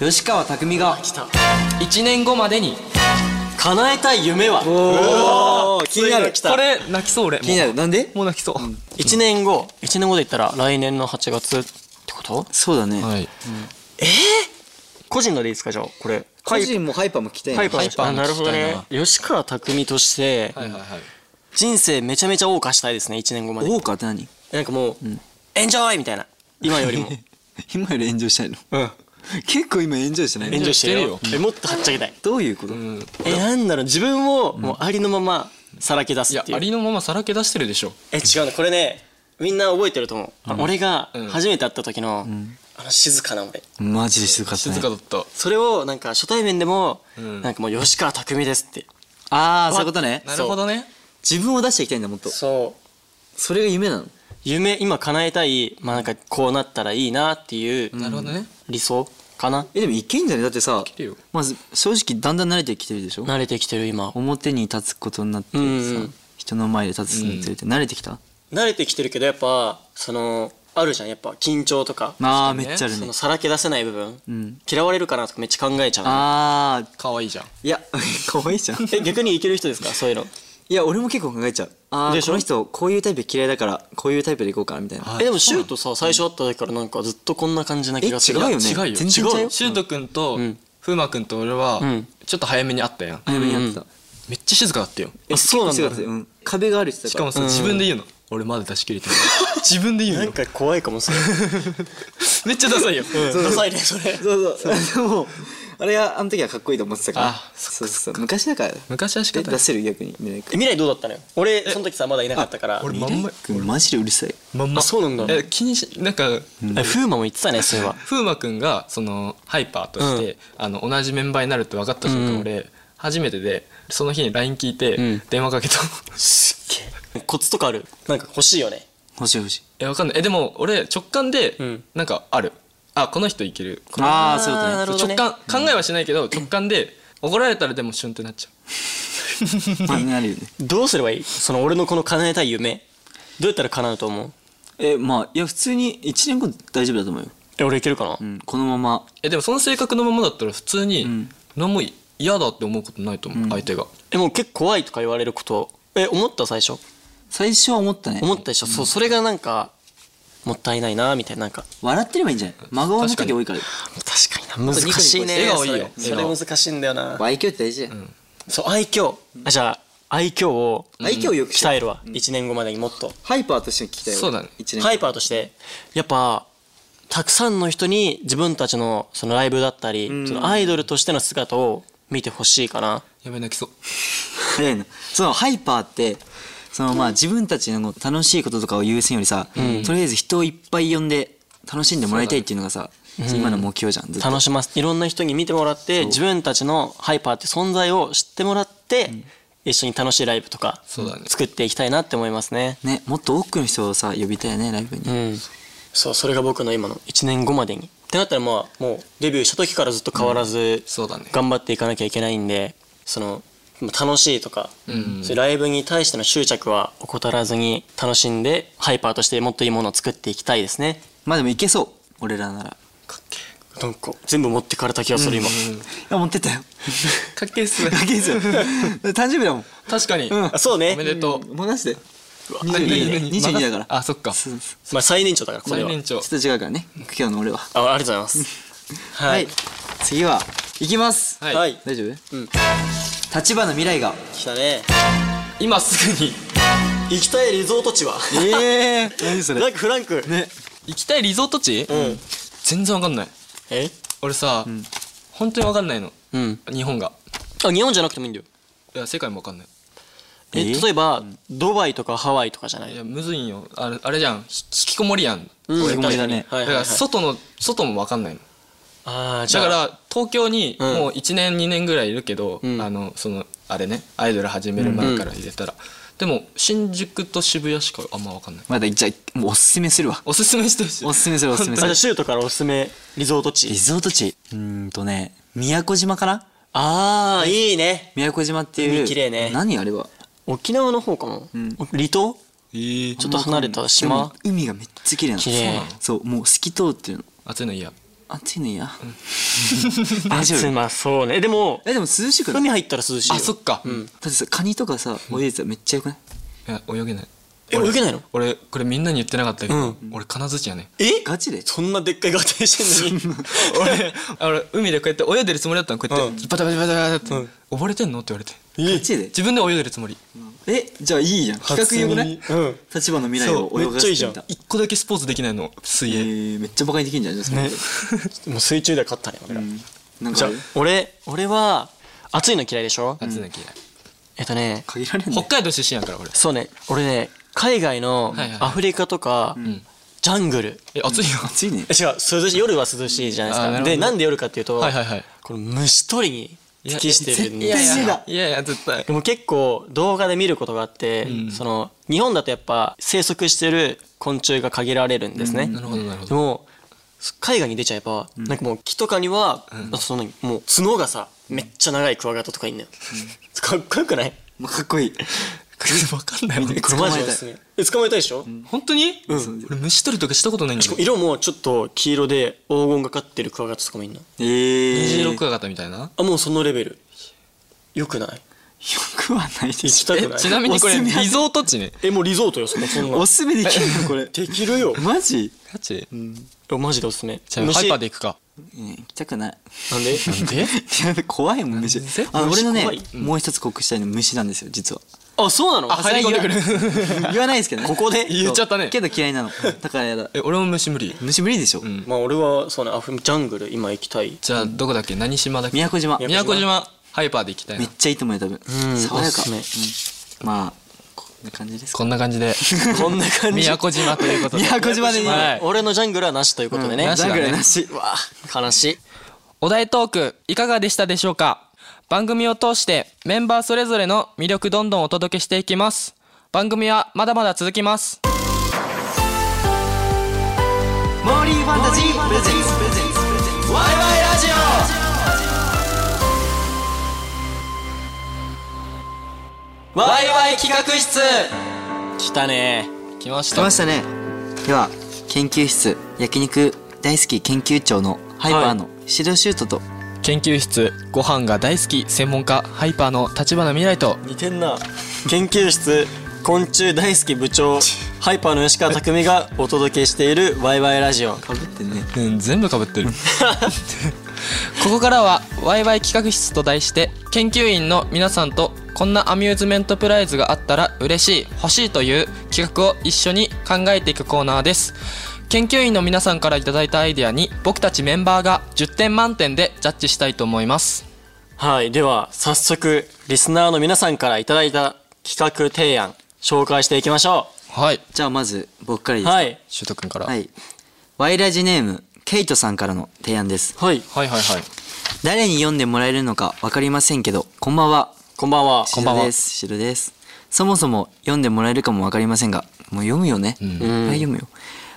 [SPEAKER 1] 吉川匠が
[SPEAKER 3] 来た。
[SPEAKER 2] 一年後までに
[SPEAKER 3] 叶えたい夢はおお気になる来た
[SPEAKER 2] これ泣きそう俺
[SPEAKER 1] 気にな
[SPEAKER 2] る
[SPEAKER 1] るなんで
[SPEAKER 2] もう泣きそう、
[SPEAKER 3] 1年後1年後で言ったら来年の8月ってこと
[SPEAKER 1] そうだね、
[SPEAKER 2] はい
[SPEAKER 3] 個人のでいいですかじゃあこれ
[SPEAKER 1] 個人もハイパーも来てん
[SPEAKER 3] ハイパー
[SPEAKER 2] ハイパー
[SPEAKER 3] あなるほど
[SPEAKER 2] 聞き
[SPEAKER 3] ね
[SPEAKER 2] た
[SPEAKER 3] 吉川匠として
[SPEAKER 2] はいはいはい
[SPEAKER 3] 人生めちゃめちゃ謳歌したいですね1年後まで
[SPEAKER 1] ウォーカーって何
[SPEAKER 3] なんかもうエンジョイみたいな今より
[SPEAKER 1] (laughs)
[SPEAKER 3] も
[SPEAKER 1] 今より炎上したい (laughs) の
[SPEAKER 3] うん
[SPEAKER 1] 結構今炎上してない
[SPEAKER 3] エンジョイしてる
[SPEAKER 2] エン
[SPEAKER 3] よえもっとはっちゃけたい
[SPEAKER 1] どういうこと、
[SPEAKER 3] えなんだろう自分をもうありのままさらけ出
[SPEAKER 2] い
[SPEAKER 3] すっ
[SPEAKER 2] や
[SPEAKER 3] てい
[SPEAKER 2] あ
[SPEAKER 3] う
[SPEAKER 2] りのままさらけ出してるでしょ
[SPEAKER 3] え違うねこれねみんな覚えてると思うあの俺が
[SPEAKER 2] うん
[SPEAKER 3] 初めて会った時のあの静かな俺
[SPEAKER 1] マジで静かった、
[SPEAKER 2] 静
[SPEAKER 1] ね、
[SPEAKER 2] かだった
[SPEAKER 3] それをなんか初対面でも、
[SPEAKER 2] ん
[SPEAKER 3] なんかもう吉川匠ですって
[SPEAKER 1] ああそういうことね
[SPEAKER 2] なるほどね
[SPEAKER 1] 自分を出していきたいんだもっと
[SPEAKER 3] そう
[SPEAKER 1] それが夢なの
[SPEAKER 3] 夢今叶えたいまあなんかこうなったらいいなっていう
[SPEAKER 2] なるほどね
[SPEAKER 3] 理想かな、
[SPEAKER 1] えでもいけんじゃねだってさ
[SPEAKER 2] るよ
[SPEAKER 1] まず正直だんだん慣れてきてるでしょ
[SPEAKER 3] 慣れてきてる今
[SPEAKER 1] 表に立つことになってさ、
[SPEAKER 3] うんうん
[SPEAKER 1] 人の前で立つにつれて慣れてきた、
[SPEAKER 3] 慣れてきてるけどやっぱそのあるじゃんやっぱ緊張とか、
[SPEAKER 1] ああ
[SPEAKER 2] 確かに
[SPEAKER 1] め
[SPEAKER 2] ね
[SPEAKER 1] っちゃある
[SPEAKER 3] そ
[SPEAKER 1] ね
[SPEAKER 3] のさらけ出せない部分、
[SPEAKER 1] ん
[SPEAKER 3] 嫌われるかなとかめっちゃ考えちゃうの
[SPEAKER 1] ああ
[SPEAKER 2] 可愛いじゃん
[SPEAKER 1] いや (laughs) 可愛いじゃん
[SPEAKER 3] え逆にいける人ですかそういうの
[SPEAKER 1] いや俺も結構考えちゃうああ
[SPEAKER 3] でし
[SPEAKER 1] こ
[SPEAKER 3] ょ
[SPEAKER 1] の人こういうタイプ嫌いだからこういうタイプでいこうかなみたいな
[SPEAKER 3] えでもシュートさ最初会った時からなんかずっとこんな感じな
[SPEAKER 1] え
[SPEAKER 3] 気
[SPEAKER 1] 違う
[SPEAKER 3] がする
[SPEAKER 1] よね
[SPEAKER 2] いや違うよ
[SPEAKER 1] 全然違う
[SPEAKER 3] 違う
[SPEAKER 1] よ
[SPEAKER 3] よ
[SPEAKER 2] シュート君と
[SPEAKER 3] ん
[SPEAKER 2] 風磨君と俺は
[SPEAKER 3] ん
[SPEAKER 2] ちょっと早めに会ったやん
[SPEAKER 1] 早めにやってた、
[SPEAKER 2] めっちゃ静かだったよ
[SPEAKER 3] あそうなんだ
[SPEAKER 1] 結構強かったようん壁があるって言っ
[SPEAKER 2] して
[SPEAKER 1] た
[SPEAKER 2] か
[SPEAKER 1] から
[SPEAKER 2] もさ自分で言うの俺まだ出し切れてない (laughs) 自分で言う
[SPEAKER 3] な
[SPEAKER 2] の
[SPEAKER 3] んか怖いかもしれない
[SPEAKER 2] めっちゃダサいよ
[SPEAKER 3] ダサいね (laughs) それ
[SPEAKER 1] そう (laughs) そう。でも、あれは、あの時はかっこいいと思ってたから。
[SPEAKER 2] あ
[SPEAKER 1] そうそうそう。昔だから。
[SPEAKER 2] 昔は仕
[SPEAKER 1] え
[SPEAKER 2] 方な
[SPEAKER 1] 出
[SPEAKER 2] い
[SPEAKER 1] せる逆に、ミライ
[SPEAKER 3] え未来どうだったのよ俺その時さまだいなかったから
[SPEAKER 2] 俺まん
[SPEAKER 1] 君。
[SPEAKER 2] ま
[SPEAKER 1] 君、マジでうるさい。
[SPEAKER 2] まんま
[SPEAKER 3] あそうなんだ
[SPEAKER 2] え気にしなんか
[SPEAKER 3] え風磨も言ってたねそれは
[SPEAKER 2] 風磨君がそのハイパーとして、あの同じメンバーになるって分かった瞬間、
[SPEAKER 3] うん
[SPEAKER 2] 俺初めてでその日に LINE 聞いて、
[SPEAKER 3] ん
[SPEAKER 2] 電話かけた (laughs)
[SPEAKER 3] コツとかあるなんか欲しいよね
[SPEAKER 1] 欲しい欲しい。
[SPEAKER 2] え分かんないえでも俺直感で、
[SPEAKER 3] ん
[SPEAKER 2] なんかあるあこの人いけるこの
[SPEAKER 1] ああ、そういうこと
[SPEAKER 3] な
[SPEAKER 1] ね
[SPEAKER 3] るほどね
[SPEAKER 2] 直感、考えはしないけど直感で怒られたらでもシュンってなっちゃう。
[SPEAKER 1] まあ (laughs) なるよね。
[SPEAKER 3] どうすればいいその俺のこの叶えたい夢どうやったら叶うと思う
[SPEAKER 1] え、まあ、いや、普通に1年後大丈夫だと思うよ。
[SPEAKER 3] え俺いけるかな、
[SPEAKER 1] うん、このまま。
[SPEAKER 2] えでもその性格のままだったら普通に何も嫌だって思うことないと思う、相手が
[SPEAKER 3] えもう結構怖いとか言われることえ思った最初
[SPEAKER 1] 最初は思ったね。
[SPEAKER 3] 思ったでしょ、そうそれがなんかもったいないなみたいななんか
[SPEAKER 1] 笑ってればいいんじゃない孫の時多いから。
[SPEAKER 3] 確かにな難しいね
[SPEAKER 2] ニコニコして笑顔
[SPEAKER 3] それ
[SPEAKER 2] いいよ
[SPEAKER 3] それ
[SPEAKER 2] 笑顔
[SPEAKER 3] 難しいんだよな
[SPEAKER 1] 愛嬌って大事だよ。
[SPEAKER 3] そう愛嬌あじゃあ愛嬌を
[SPEAKER 1] 愛嬌をよく
[SPEAKER 3] 鍛えるわ、一1年後までにもっと
[SPEAKER 1] ハイパーとしても聞きたいわ
[SPEAKER 2] そうだね
[SPEAKER 1] 一年後
[SPEAKER 3] ハイパーとしてやっぱたくさんの人に自分たちのそのライブだったり、そのアイドルとしての姿を見てほしいかな
[SPEAKER 2] やばい泣きそう
[SPEAKER 1] 早いな (laughs) そのハイパーってそのまあ自分たちの楽しいこととかを優先よりさ、とりあえず人をいっぱい呼んで楽しんでもらいたいっていうのがさ、今の目標じゃんずっと
[SPEAKER 3] 楽しますいろんな人に見てもらって自分たちのハイパーって存在を知ってもらって、一緒に楽しいライブとか
[SPEAKER 2] そうだね
[SPEAKER 3] 作っていきたいなって思いますね
[SPEAKER 1] ねもっと多くの人をさ呼びたいよねライブに、
[SPEAKER 3] うんそうそれが僕の今の1年後までにってなったらまあもうデビューした時からずっと変わらず
[SPEAKER 2] そうだね
[SPEAKER 3] 頑張っていかなきゃいけないんでそのまあ楽しいとか、そういうライブに対しての執着は怠らずに楽しんでハイパーとしてもっといいものを作っていきたいですね
[SPEAKER 1] まあでもいけそう俺らなら
[SPEAKER 3] なんか全部持ってかれた気がする今、
[SPEAKER 1] いや持ってったよ (laughs)
[SPEAKER 2] かっけえっすね
[SPEAKER 1] いけそう誕生日だもん
[SPEAKER 2] 確かに、
[SPEAKER 1] ん
[SPEAKER 3] (laughs) あそうね
[SPEAKER 2] おめでとう、
[SPEAKER 1] もうなしで
[SPEAKER 2] 何
[SPEAKER 1] 22だ
[SPEAKER 2] 何
[SPEAKER 1] 22だから
[SPEAKER 2] あそっか
[SPEAKER 1] そうそう
[SPEAKER 3] まあ、最年長だからこれ
[SPEAKER 2] 最
[SPEAKER 3] は
[SPEAKER 2] 年長
[SPEAKER 1] ちょっと違うからね今日の俺は
[SPEAKER 3] あありがとうございます
[SPEAKER 1] は
[SPEAKER 3] (laughs) はいい、
[SPEAKER 1] 次はいきます、
[SPEAKER 2] はい
[SPEAKER 3] はい
[SPEAKER 1] 大丈夫
[SPEAKER 3] うん
[SPEAKER 1] 立花未来が
[SPEAKER 3] 来たね
[SPEAKER 2] 今すぐに
[SPEAKER 3] 行きたいリゾート地は
[SPEAKER 1] ええ何そ
[SPEAKER 3] (laughs) なんかフランクね
[SPEAKER 2] 行きたいリゾート地、
[SPEAKER 3] うん
[SPEAKER 2] 全然わかんない
[SPEAKER 3] え
[SPEAKER 2] 俺さ、本当にわかんないの
[SPEAKER 3] うん
[SPEAKER 2] 日本が
[SPEAKER 3] あ日本じゃなくてもいいんだよ
[SPEAKER 2] いや世界もわかんない
[SPEAKER 3] え
[SPEAKER 1] え
[SPEAKER 3] 例えば、ドバイとかハワイとかじゃないい
[SPEAKER 2] やむずいんよあれあれじゃんひ引きこもりやん、
[SPEAKER 1] ん引きこもりだね
[SPEAKER 3] は
[SPEAKER 2] だ
[SPEAKER 3] いは
[SPEAKER 2] か
[SPEAKER 3] い、は
[SPEAKER 2] ら
[SPEAKER 3] い、
[SPEAKER 2] 外の外もわかんないの
[SPEAKER 3] ああじ
[SPEAKER 2] だ
[SPEAKER 3] ゃあ
[SPEAKER 2] から東京に
[SPEAKER 3] うん
[SPEAKER 2] もう1年2年ぐらいいるけど、
[SPEAKER 3] ん
[SPEAKER 2] あのそのあれねアイドル始める前から入れたら、でも新宿と渋谷しかあんま分かんない
[SPEAKER 1] まだじゃあもうおすすめするわ
[SPEAKER 2] おすすめしてほしい
[SPEAKER 1] おすすめするおすすめ
[SPEAKER 3] あ
[SPEAKER 1] す
[SPEAKER 3] じゃ
[SPEAKER 1] る
[SPEAKER 3] あシュートからおすすめリゾート
[SPEAKER 1] リ
[SPEAKER 3] 地
[SPEAKER 1] ゾート地うーんとね宮古島かな
[SPEAKER 3] ああいいね
[SPEAKER 1] 宮古島っていう
[SPEAKER 3] 海綺麗ね
[SPEAKER 1] 何あれは
[SPEAKER 3] 沖縄の方かな、
[SPEAKER 1] ん
[SPEAKER 3] 離島
[SPEAKER 2] えー
[SPEAKER 3] ちょっと離れた島
[SPEAKER 1] でも海がめっちゃ綺麗なの
[SPEAKER 3] 綺麗
[SPEAKER 1] そうもう透き通ってるの
[SPEAKER 2] 暑いの嫌
[SPEAKER 1] 暑いの嫌大丈
[SPEAKER 3] つ
[SPEAKER 1] 夫
[SPEAKER 3] まそうねでも
[SPEAKER 1] えでも涼しくない
[SPEAKER 3] 海
[SPEAKER 1] だ
[SPEAKER 3] 入ったら涼しいよ
[SPEAKER 2] あそっか、
[SPEAKER 3] うん
[SPEAKER 1] ってさカニとかさ泳いでたらめっちゃよくない
[SPEAKER 2] いや泳げない
[SPEAKER 3] え泳げないの
[SPEAKER 2] 俺これみんなに言ってなかったけど、
[SPEAKER 3] うん
[SPEAKER 2] 俺金槌やね
[SPEAKER 3] え
[SPEAKER 1] ガチで
[SPEAKER 3] そんなでっかいガテンしてんのに
[SPEAKER 2] 俺あ俺海でこうやって泳いでるつもりだったのこうやっ
[SPEAKER 3] う
[SPEAKER 2] てバタバタバタバタって、
[SPEAKER 3] うん
[SPEAKER 2] 溺れてんのって言われて
[SPEAKER 3] (laughs)
[SPEAKER 1] ガチで
[SPEAKER 2] 自分で泳いでるつもり
[SPEAKER 1] えじゃあいいじゃん企画よくない
[SPEAKER 3] 初耳うん
[SPEAKER 1] 立場の未来を泳がせてみた
[SPEAKER 3] そうめっちゃいいじゃん
[SPEAKER 2] 一個だけスポーツできないの水
[SPEAKER 1] え
[SPEAKER 2] 泳、
[SPEAKER 1] ーめっちゃバカにできんじゃないですか、
[SPEAKER 3] ねもう水中で勝ったね俺ら、
[SPEAKER 1] なん
[SPEAKER 3] じ
[SPEAKER 1] か
[SPEAKER 3] ゃあ俺俺は暑いの嫌いでしょ、
[SPEAKER 2] 暑いの嫌い
[SPEAKER 3] えっとね
[SPEAKER 1] 限られんね
[SPEAKER 2] 北海道出身やから俺
[SPEAKER 3] そうね俺ね海外の
[SPEAKER 2] はいはい
[SPEAKER 3] アフリカとか、ジャングル
[SPEAKER 2] え暑いよ、
[SPEAKER 1] 暑いね (laughs)
[SPEAKER 3] え違う涼しい夜は涼しいじゃないです
[SPEAKER 2] あーな
[SPEAKER 3] か
[SPEAKER 2] るほど
[SPEAKER 3] でなんで夜かっていうと、
[SPEAKER 2] はいはいはい
[SPEAKER 3] これ虫取りに適してるん
[SPEAKER 2] いや
[SPEAKER 3] で
[SPEAKER 2] い
[SPEAKER 3] す
[SPEAKER 2] や
[SPEAKER 3] よ
[SPEAKER 2] いやいやいや絶対
[SPEAKER 3] でも結構動画で見ることがあって、
[SPEAKER 2] うん
[SPEAKER 3] その日本だとやっぱ生息してる昆虫が限られるんですね、
[SPEAKER 2] なるほどなるほ
[SPEAKER 3] で
[SPEAKER 2] ど
[SPEAKER 3] も海外に出ちゃえば、なんかもう木とかには、あとそのもう角がさめっちゃ長いクワガタとかいんのよ、かっこよくない
[SPEAKER 1] もうかっこいい
[SPEAKER 2] これ分かんないもん
[SPEAKER 3] これマジでおすすめえ捕まえたいでしょ、
[SPEAKER 2] 本当に、
[SPEAKER 1] ん
[SPEAKER 2] 俺虫取りとかしたことないんだ
[SPEAKER 3] し
[SPEAKER 2] け
[SPEAKER 3] か
[SPEAKER 2] ど
[SPEAKER 3] も色もちょっと黄色で黄金がかってるクワガタとかもいんの
[SPEAKER 1] えー、
[SPEAKER 2] 虹
[SPEAKER 1] よ
[SPEAKER 2] 色クワガタみたいな
[SPEAKER 3] あもうそのレベルよくない
[SPEAKER 1] くはないでしょ
[SPEAKER 3] 行きたく
[SPEAKER 2] え
[SPEAKER 3] ない
[SPEAKER 2] ちなみにこれ
[SPEAKER 1] おすすめ
[SPEAKER 2] リゾート地ね
[SPEAKER 3] えもうリゾートよそんなそんな
[SPEAKER 1] おすすめできるのこれ
[SPEAKER 3] できるよ
[SPEAKER 1] マジ
[SPEAKER 2] ガチ、
[SPEAKER 3] えマジでおすすめ
[SPEAKER 2] じゃあハイパーで行くか
[SPEAKER 1] いや行きたくない (laughs)
[SPEAKER 3] なんで
[SPEAKER 2] で
[SPEAKER 1] いや怖いもん虫
[SPEAKER 2] ぜ
[SPEAKER 1] あの俺のね
[SPEAKER 3] 虫怖い
[SPEAKER 1] もう一つ告知したいの虫なんですよ実は (laughs)
[SPEAKER 3] あそうなの
[SPEAKER 2] あ入り込んでくる
[SPEAKER 1] 言わないですけどね
[SPEAKER 3] ここで
[SPEAKER 2] 言っちゃったね
[SPEAKER 1] けど嫌いなのだからやだ
[SPEAKER 2] (laughs) え俺も虫無理
[SPEAKER 1] 虫無理でしょ、
[SPEAKER 2] ん
[SPEAKER 3] まあ俺はそうねアフリジャングル今行きたい
[SPEAKER 2] じゃあどこだっけ何島だっけ
[SPEAKER 1] 宮古島
[SPEAKER 2] 宮古島ハイパーで行きたい
[SPEAKER 1] め
[SPEAKER 2] な
[SPEAKER 1] っちゃいいと思うよ多分
[SPEAKER 3] うん
[SPEAKER 1] 爽やか
[SPEAKER 3] おすす
[SPEAKER 1] う
[SPEAKER 3] め
[SPEAKER 1] んまあこんな感じですか
[SPEAKER 2] こんな感じで
[SPEAKER 3] こんな感じ
[SPEAKER 2] (laughs) 宮古島ということで
[SPEAKER 1] 宮古島でね
[SPEAKER 2] はい
[SPEAKER 3] 俺のジャングルはなしということでね、
[SPEAKER 2] うんなし
[SPEAKER 1] だ
[SPEAKER 2] だ
[SPEAKER 1] か
[SPEAKER 2] ね
[SPEAKER 1] らなし
[SPEAKER 3] うわ悲しい
[SPEAKER 2] お題トークいかがでしたでしょうか番組を通してメンバーそれぞれの魅力どんどんお届けしていきます番組はまだまだ続きます
[SPEAKER 1] モーリーファンタジープレゼンツ
[SPEAKER 2] ワイワイ企画室
[SPEAKER 3] 来たね
[SPEAKER 2] 来まし
[SPEAKER 1] 来
[SPEAKER 2] た
[SPEAKER 1] ましたねでは研究室焼肉大好き研究長のハイパーの資料シュートと
[SPEAKER 2] 研究室ご飯が大好き専門家ハイパーの立花未来と
[SPEAKER 3] 似てんな研究室昆虫大好き部長ハイパーの吉川匠がお届けしているワイワイラジオ
[SPEAKER 1] かぶってね
[SPEAKER 2] うん、全部かぶってるここからは「ワイワイ企画室」と題して研究員の皆さんとこんなアミューズメントプライズがあったら嬉しい欲しいという企画を一緒に考えていくコーナーです研究員の皆さんからいただいたアイデアに僕たちメンバーが10点満点でジャッジしたいと思います
[SPEAKER 3] はいでは早速リスナーの皆さんからいただいた企画提案紹介していきましょ
[SPEAKER 2] はい
[SPEAKER 1] じゃあまず僕からいういですか
[SPEAKER 3] はい
[SPEAKER 2] シュート君から、
[SPEAKER 1] はいワイラジネームケイトさんからの提案です
[SPEAKER 3] はい
[SPEAKER 2] はいはいはい
[SPEAKER 1] 誰に読んでもらえるのか分かりませんけどこんばんは
[SPEAKER 3] こんばんは
[SPEAKER 1] シロですシロですそもそも読んでもらえるかも分かりませんがもう読むよね、いっぱい読むよ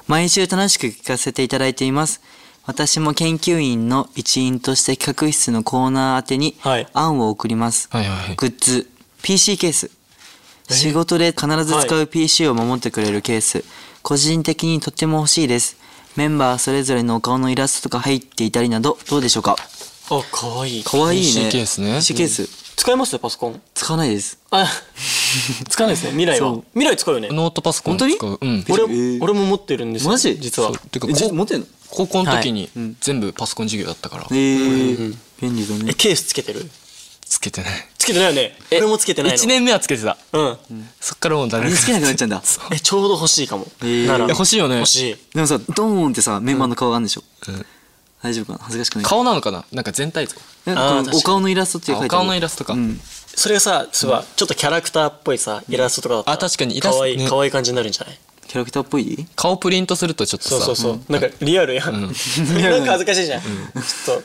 [SPEAKER 1] 毎週楽しく聞かせていただいています私も研究員の一員として企画室のコーナー宛てに
[SPEAKER 3] はい
[SPEAKER 1] 案を送ります、
[SPEAKER 2] はいはいはい
[SPEAKER 1] グッズ PC ケース仕事で必ず使
[SPEAKER 3] は
[SPEAKER 1] う PC を守ってくれるケース、個人的にとっても欲しいですメンバーそれぞれのお顔のイラストとか入っていたりなどどうでしょうか
[SPEAKER 3] あかわいい
[SPEAKER 1] かわいいね
[SPEAKER 2] PC ケースね
[SPEAKER 1] PC ケース、
[SPEAKER 3] 使いますよパソコン
[SPEAKER 1] 使わないです
[SPEAKER 3] あ使わないですね未来
[SPEAKER 1] そ
[SPEAKER 3] は
[SPEAKER 1] う
[SPEAKER 3] 未来使うよね
[SPEAKER 2] ノートパソコン使う
[SPEAKER 1] 本
[SPEAKER 2] うん
[SPEAKER 3] 俺,、
[SPEAKER 1] えー
[SPEAKER 3] 俺も持ってるんですよ
[SPEAKER 1] マジ
[SPEAKER 3] 実は
[SPEAKER 2] そうてか
[SPEAKER 1] え
[SPEAKER 2] こ
[SPEAKER 1] じ持ってんの
[SPEAKER 2] 高校の時に
[SPEAKER 1] いうん
[SPEAKER 2] 全部パソコン授業だったから、
[SPEAKER 1] えー、便利だ
[SPEAKER 3] え
[SPEAKER 1] ね
[SPEAKER 3] ケースつけてる
[SPEAKER 2] つけてない
[SPEAKER 3] つけてないよね俺もつけてないの
[SPEAKER 2] 1年目はつけてた
[SPEAKER 3] うん
[SPEAKER 2] そっからもう誰
[SPEAKER 1] 身
[SPEAKER 2] も
[SPEAKER 1] につけなくなっちゃうんだ
[SPEAKER 3] えちょうど欲しいかも、
[SPEAKER 1] ー
[SPEAKER 3] なら
[SPEAKER 2] いや欲しいよね
[SPEAKER 3] 欲しい
[SPEAKER 1] でもさドーンってさメンバーの顔があるんでしょ、
[SPEAKER 2] うん
[SPEAKER 1] 大丈夫かな恥ずかしくない
[SPEAKER 2] 顔なのかななんか全体像
[SPEAKER 1] なんかこ
[SPEAKER 3] あー確
[SPEAKER 1] の
[SPEAKER 3] かに
[SPEAKER 1] お顔のイラストっていう書いてある
[SPEAKER 2] あお顔のイラストか
[SPEAKER 1] うん、
[SPEAKER 3] それがさそういえばちょっとキャラクターっぽいさイラストとかだったら
[SPEAKER 2] あ確かにイ
[SPEAKER 3] か
[SPEAKER 2] ラスト
[SPEAKER 3] わいい
[SPEAKER 2] ね
[SPEAKER 3] かわいい感じになるんじゃない
[SPEAKER 1] キャラクターっぽい
[SPEAKER 2] 顔プリントするとちょっとさ
[SPEAKER 3] そうそうそう、なんかリアルやん、 (laughs) なんか恥ずかしいじゃん、ちょっと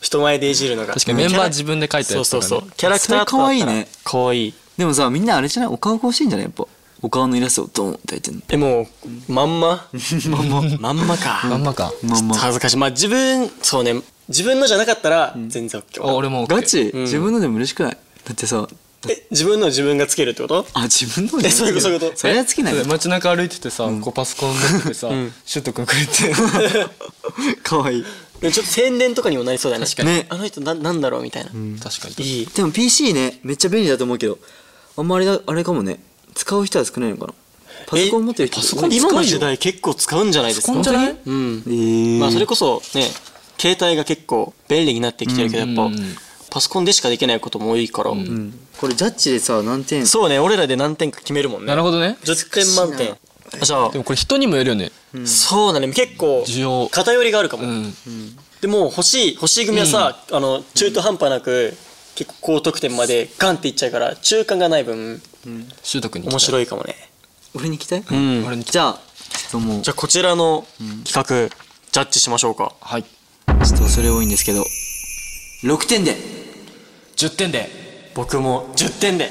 [SPEAKER 3] 人前でいじるのが
[SPEAKER 2] 確かにメンバー自分
[SPEAKER 3] 分
[SPEAKER 2] で描いた
[SPEAKER 3] そ
[SPEAKER 2] や
[SPEAKER 3] う
[SPEAKER 2] つと
[SPEAKER 3] そう
[SPEAKER 2] か、ね、
[SPEAKER 3] そうキャラクターと
[SPEAKER 1] それ可愛いね
[SPEAKER 3] かわいい
[SPEAKER 1] でもさみんなあれじゃないお顔が欲しいんじゃないやっぱお顔のイラストをドーンって入ってんの
[SPEAKER 3] えもうまんままんままんまか
[SPEAKER 2] まんまか
[SPEAKER 1] まあまあ
[SPEAKER 3] 恥ずかしいまあ自分そうね自分のじゃなかったら全然 OK、
[SPEAKER 2] あ俺も OK
[SPEAKER 1] ガチ、
[SPEAKER 3] ん
[SPEAKER 1] 自分のでも嬉しくないだってさ
[SPEAKER 3] え自分の自分がつけるってこと
[SPEAKER 1] あ自分のじゃ
[SPEAKER 3] えそういうことそういうこと
[SPEAKER 1] それはつけない
[SPEAKER 2] そうだよ街中歩いててさ、こうパソコン持っててさ、シュッとくんくれて
[SPEAKER 1] かわいい
[SPEAKER 3] でちょっと宣伝とかにもなりそうだよね確
[SPEAKER 1] かにね
[SPEAKER 3] あの人ななんだろうみたいな、
[SPEAKER 2] 確かに
[SPEAKER 3] いい
[SPEAKER 1] でも PC ねめっちゃ便利だと思うけどあんまりだあれかもね使う人は少ないのかなパソコン持ってる人
[SPEAKER 3] パソコン今の時代結構使うんじゃないですか
[SPEAKER 1] 本当に
[SPEAKER 3] うん
[SPEAKER 1] えー
[SPEAKER 3] まあそれこそね携帯が結構便利になってきてるけどやっぱ、パソコンでしかできないことも多いから、
[SPEAKER 1] これジャッジでさ何点
[SPEAKER 3] そうね俺らで何点か決めるもんね
[SPEAKER 2] なるほどね
[SPEAKER 3] 10点満点あじゃあ
[SPEAKER 2] でもこれ人にもよるよね
[SPEAKER 3] そうだね結構
[SPEAKER 2] 需要
[SPEAKER 3] 偏りがあるかも、
[SPEAKER 2] うん
[SPEAKER 3] でも欲しい欲しい組はさ、あの中途半端なく結構高得点までガンっていっちゃうから中間がない分
[SPEAKER 2] シュートくんに
[SPEAKER 3] 面白
[SPEAKER 2] い
[SPEAKER 3] いかもね
[SPEAKER 1] 俺に期待、
[SPEAKER 3] うん
[SPEAKER 2] 俺に来
[SPEAKER 1] じゃあちょっともう
[SPEAKER 3] じゃあこちらの企画、ジャッジしましょうか
[SPEAKER 2] はい
[SPEAKER 1] ちょっとそれ多いんですけど6点で
[SPEAKER 2] 10点で
[SPEAKER 3] 僕も10点で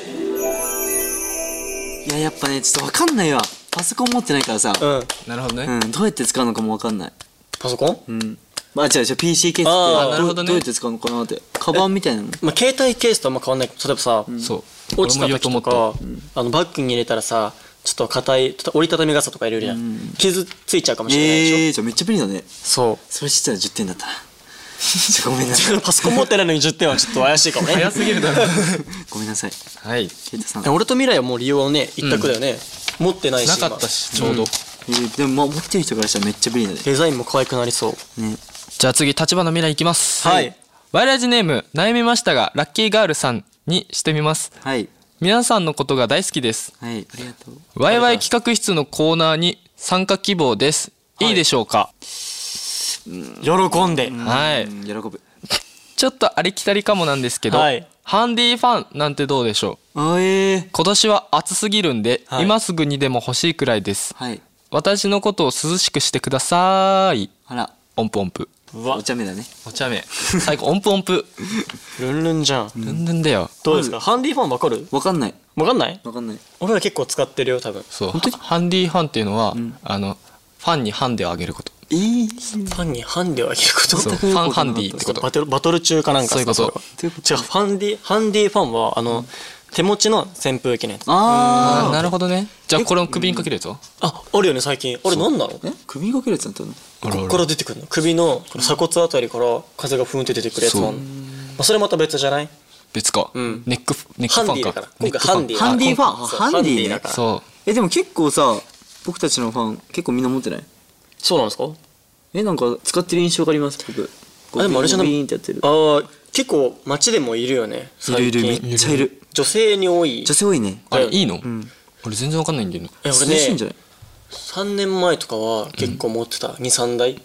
[SPEAKER 1] いややっぱねちょっと分かんないわパソコン持ってないからさ、
[SPEAKER 3] うん
[SPEAKER 2] なるほどね、
[SPEAKER 1] うんどうやって使うのかも分かんない
[SPEAKER 3] パソコン、
[SPEAKER 1] うんまあ違う違う PC ケースって
[SPEAKER 3] あー
[SPEAKER 2] なるほどね
[SPEAKER 1] どうやって使うのかなってカバンみたいなの
[SPEAKER 3] まあ、携帯ケースとあんま変わんない例えばさ、
[SPEAKER 2] そう
[SPEAKER 3] 落ちた
[SPEAKER 2] 俺も言おう
[SPEAKER 3] 時
[SPEAKER 2] と思
[SPEAKER 3] と
[SPEAKER 2] った
[SPEAKER 3] かあのバッグに入れたらさちょっと硬いちょっと折りたたみ傘とか入れるじゃん、傷ついちゃうかもしれないでしょ、
[SPEAKER 1] ええー、じゃあめっちゃ便利だね
[SPEAKER 2] (laughs)
[SPEAKER 3] そう
[SPEAKER 1] それ知ってたら10点だったな (laughs) ちょごめんなさい
[SPEAKER 3] パソコン持ってないのに10点はちょっと怪しいか
[SPEAKER 2] (laughs)
[SPEAKER 3] もね
[SPEAKER 2] 早すぎるだろ
[SPEAKER 1] ごめんなさい
[SPEAKER 2] はい
[SPEAKER 1] ケイタさん
[SPEAKER 3] 俺と未来はもう利用はね一択だよね、持ってないし
[SPEAKER 2] な
[SPEAKER 3] 今
[SPEAKER 2] かったしちょうど、
[SPEAKER 3] う
[SPEAKER 1] え
[SPEAKER 3] ん
[SPEAKER 1] ーでもまあ持ってる人からしたらめっちゃ便利だね
[SPEAKER 3] デザインも可愛くなりそう
[SPEAKER 1] ね
[SPEAKER 2] じゃあ次立花未来いきます
[SPEAKER 3] はい
[SPEAKER 2] ワイラジネーム悩みましたがラッキーガールさんにしてみます
[SPEAKER 1] はい
[SPEAKER 2] 皆さんのことが大好きです
[SPEAKER 1] はいありがとう
[SPEAKER 2] ワイワイ企画室のコーナーに参加希望ですいいでしょうか
[SPEAKER 3] 喜んで、
[SPEAKER 2] はい、
[SPEAKER 1] うん喜ぶ
[SPEAKER 2] ちょっとありきたりかもなんですけど、
[SPEAKER 3] はい
[SPEAKER 2] ハンディファンなんてどうでしょう
[SPEAKER 1] あええー、
[SPEAKER 2] 今年は暑すぎるんで、
[SPEAKER 3] はい
[SPEAKER 2] 今すぐにでも欲しいくらいです
[SPEAKER 1] はい
[SPEAKER 2] 私のことを涼しくしてください
[SPEAKER 1] あら
[SPEAKER 2] オンプオンプ
[SPEAKER 3] うわ
[SPEAKER 1] お茶目だね
[SPEAKER 2] お茶目最後オンプオンプ
[SPEAKER 3] ルンルンじゃん、
[SPEAKER 2] ルンルンだよ
[SPEAKER 3] どうですかハンディファンわかる
[SPEAKER 1] わかんない
[SPEAKER 3] わかんない
[SPEAKER 1] わかんない
[SPEAKER 3] 俺ら結構使ってるよ多分
[SPEAKER 2] そうハンディファンっていうのは、あのファンにハンデをあげること
[SPEAKER 1] えー、
[SPEAKER 3] ファンにハンデをあげること
[SPEAKER 2] そうフ
[SPEAKER 1] く
[SPEAKER 2] ァ
[SPEAKER 1] こ
[SPEAKER 2] ン
[SPEAKER 1] と
[SPEAKER 2] ハンディってこ
[SPEAKER 3] バ
[SPEAKER 2] と
[SPEAKER 3] トルバトル中かなんか
[SPEAKER 2] そういうこと
[SPEAKER 3] れは違うファンディハンディファンはあの、手持ちの扇風機のやつあ
[SPEAKER 1] あ
[SPEAKER 2] あなるほどねじゃあこれを首にかけるやつは
[SPEAKER 3] あるよね最近あれ何なの
[SPEAKER 1] ーえ首にかけるやつだったの
[SPEAKER 2] あ
[SPEAKER 3] こっから出てくるの首のこの鎖骨あたりから風がふんって出てくるやつもあるのまあそれまた別じゃない
[SPEAKER 2] 別か、
[SPEAKER 3] ん
[SPEAKER 2] ネックフネック
[SPEAKER 3] ハン
[SPEAKER 2] ファン
[SPEAKER 3] ディ
[SPEAKER 2] か
[SPEAKER 3] だから今回ハンディ
[SPEAKER 1] ハンディファン
[SPEAKER 3] そう
[SPEAKER 1] ハンディね
[SPEAKER 3] だからそう
[SPEAKER 2] そ
[SPEAKER 1] えでも結構さ僕たちのファン結構みんな持ってない
[SPEAKER 3] そうなんですか
[SPEAKER 1] えなんか使ってる印象があります僕
[SPEAKER 3] あでもあれじゃない
[SPEAKER 1] ビーンってやってる
[SPEAKER 3] あー結構街でもいるよね最近
[SPEAKER 1] めっちゃいる
[SPEAKER 3] 女性に多い
[SPEAKER 1] 女性多いね
[SPEAKER 2] うあれいいの、
[SPEAKER 1] ん
[SPEAKER 2] 俺全然わかんないんだよね
[SPEAKER 3] え俺
[SPEAKER 1] 涼しいんじゃ
[SPEAKER 3] ね
[SPEAKER 1] ない
[SPEAKER 3] 3年前とかは結構持ってた23台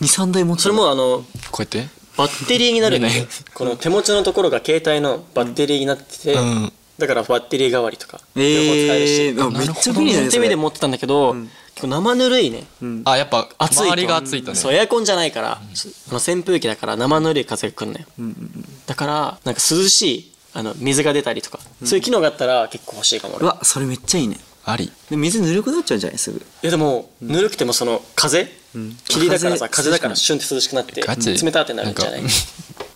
[SPEAKER 1] 23台持って
[SPEAKER 3] それもあの
[SPEAKER 2] こうやって
[SPEAKER 3] バッテリーになるんだよ
[SPEAKER 2] 見えない
[SPEAKER 3] (laughs) この手持ちのところが携帯のバッテリーになってて
[SPEAKER 2] うん
[SPEAKER 3] だからバッテリー代わりとか
[SPEAKER 1] え
[SPEAKER 3] 両方使えるし
[SPEAKER 1] ー、あめっちゃ便利だね
[SPEAKER 3] 手
[SPEAKER 1] そ
[SPEAKER 3] 目
[SPEAKER 1] れ
[SPEAKER 3] で持ってたんだけど、結構生ぬるいね、
[SPEAKER 2] あやっぱ
[SPEAKER 3] 暑いと
[SPEAKER 2] 周りが暑いとね
[SPEAKER 3] そうエアコンじゃないから、あの扇風機だから生ぬるい風が来るのよ、だからなんか涼しいあの水が出たりとか、そういう機能があったら結構欲しいかも
[SPEAKER 1] う
[SPEAKER 3] 俺
[SPEAKER 1] わそれめっちゃいいね
[SPEAKER 2] あり
[SPEAKER 1] で水ぬるくなっちゃうんじゃないすぐ
[SPEAKER 3] いやでも、ぬるくてもその風、霧だからさ風
[SPEAKER 1] 風
[SPEAKER 3] だからシュンって涼しくなって
[SPEAKER 2] ガチ
[SPEAKER 3] 冷たってなるんじゃない
[SPEAKER 2] んか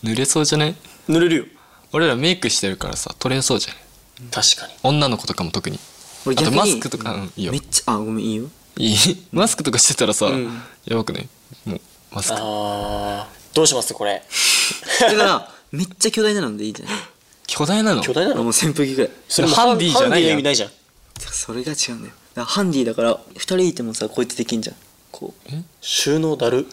[SPEAKER 2] 濡れそうじゃない
[SPEAKER 3] ぬれるよ
[SPEAKER 2] 俺らメイクしてるからさ取れそうじゃない
[SPEAKER 3] 確かに
[SPEAKER 2] 女の子とかも特に
[SPEAKER 1] 俺
[SPEAKER 2] あと
[SPEAKER 1] 逆に
[SPEAKER 2] マスクとか、うん、いいよ
[SPEAKER 1] めっちゃあごめんいいよ
[SPEAKER 2] いいマスクとかしてたらさ、
[SPEAKER 3] ん
[SPEAKER 2] やばくないもうマスク
[SPEAKER 3] あーどうしますこれ
[SPEAKER 1] だから (laughs) めっちゃ巨大なのでいいじゃない
[SPEAKER 2] 巨大なの
[SPEAKER 3] 巨大な
[SPEAKER 1] あもう
[SPEAKER 3] の
[SPEAKER 1] 扇風機ぐらい
[SPEAKER 3] それも
[SPEAKER 2] ハンディじゃないやん
[SPEAKER 3] ハンディの意味ないじゃん
[SPEAKER 1] てかそれが違うんだよだからハンディだから2人いてもさこうやってできんじゃんこう
[SPEAKER 3] 収納だる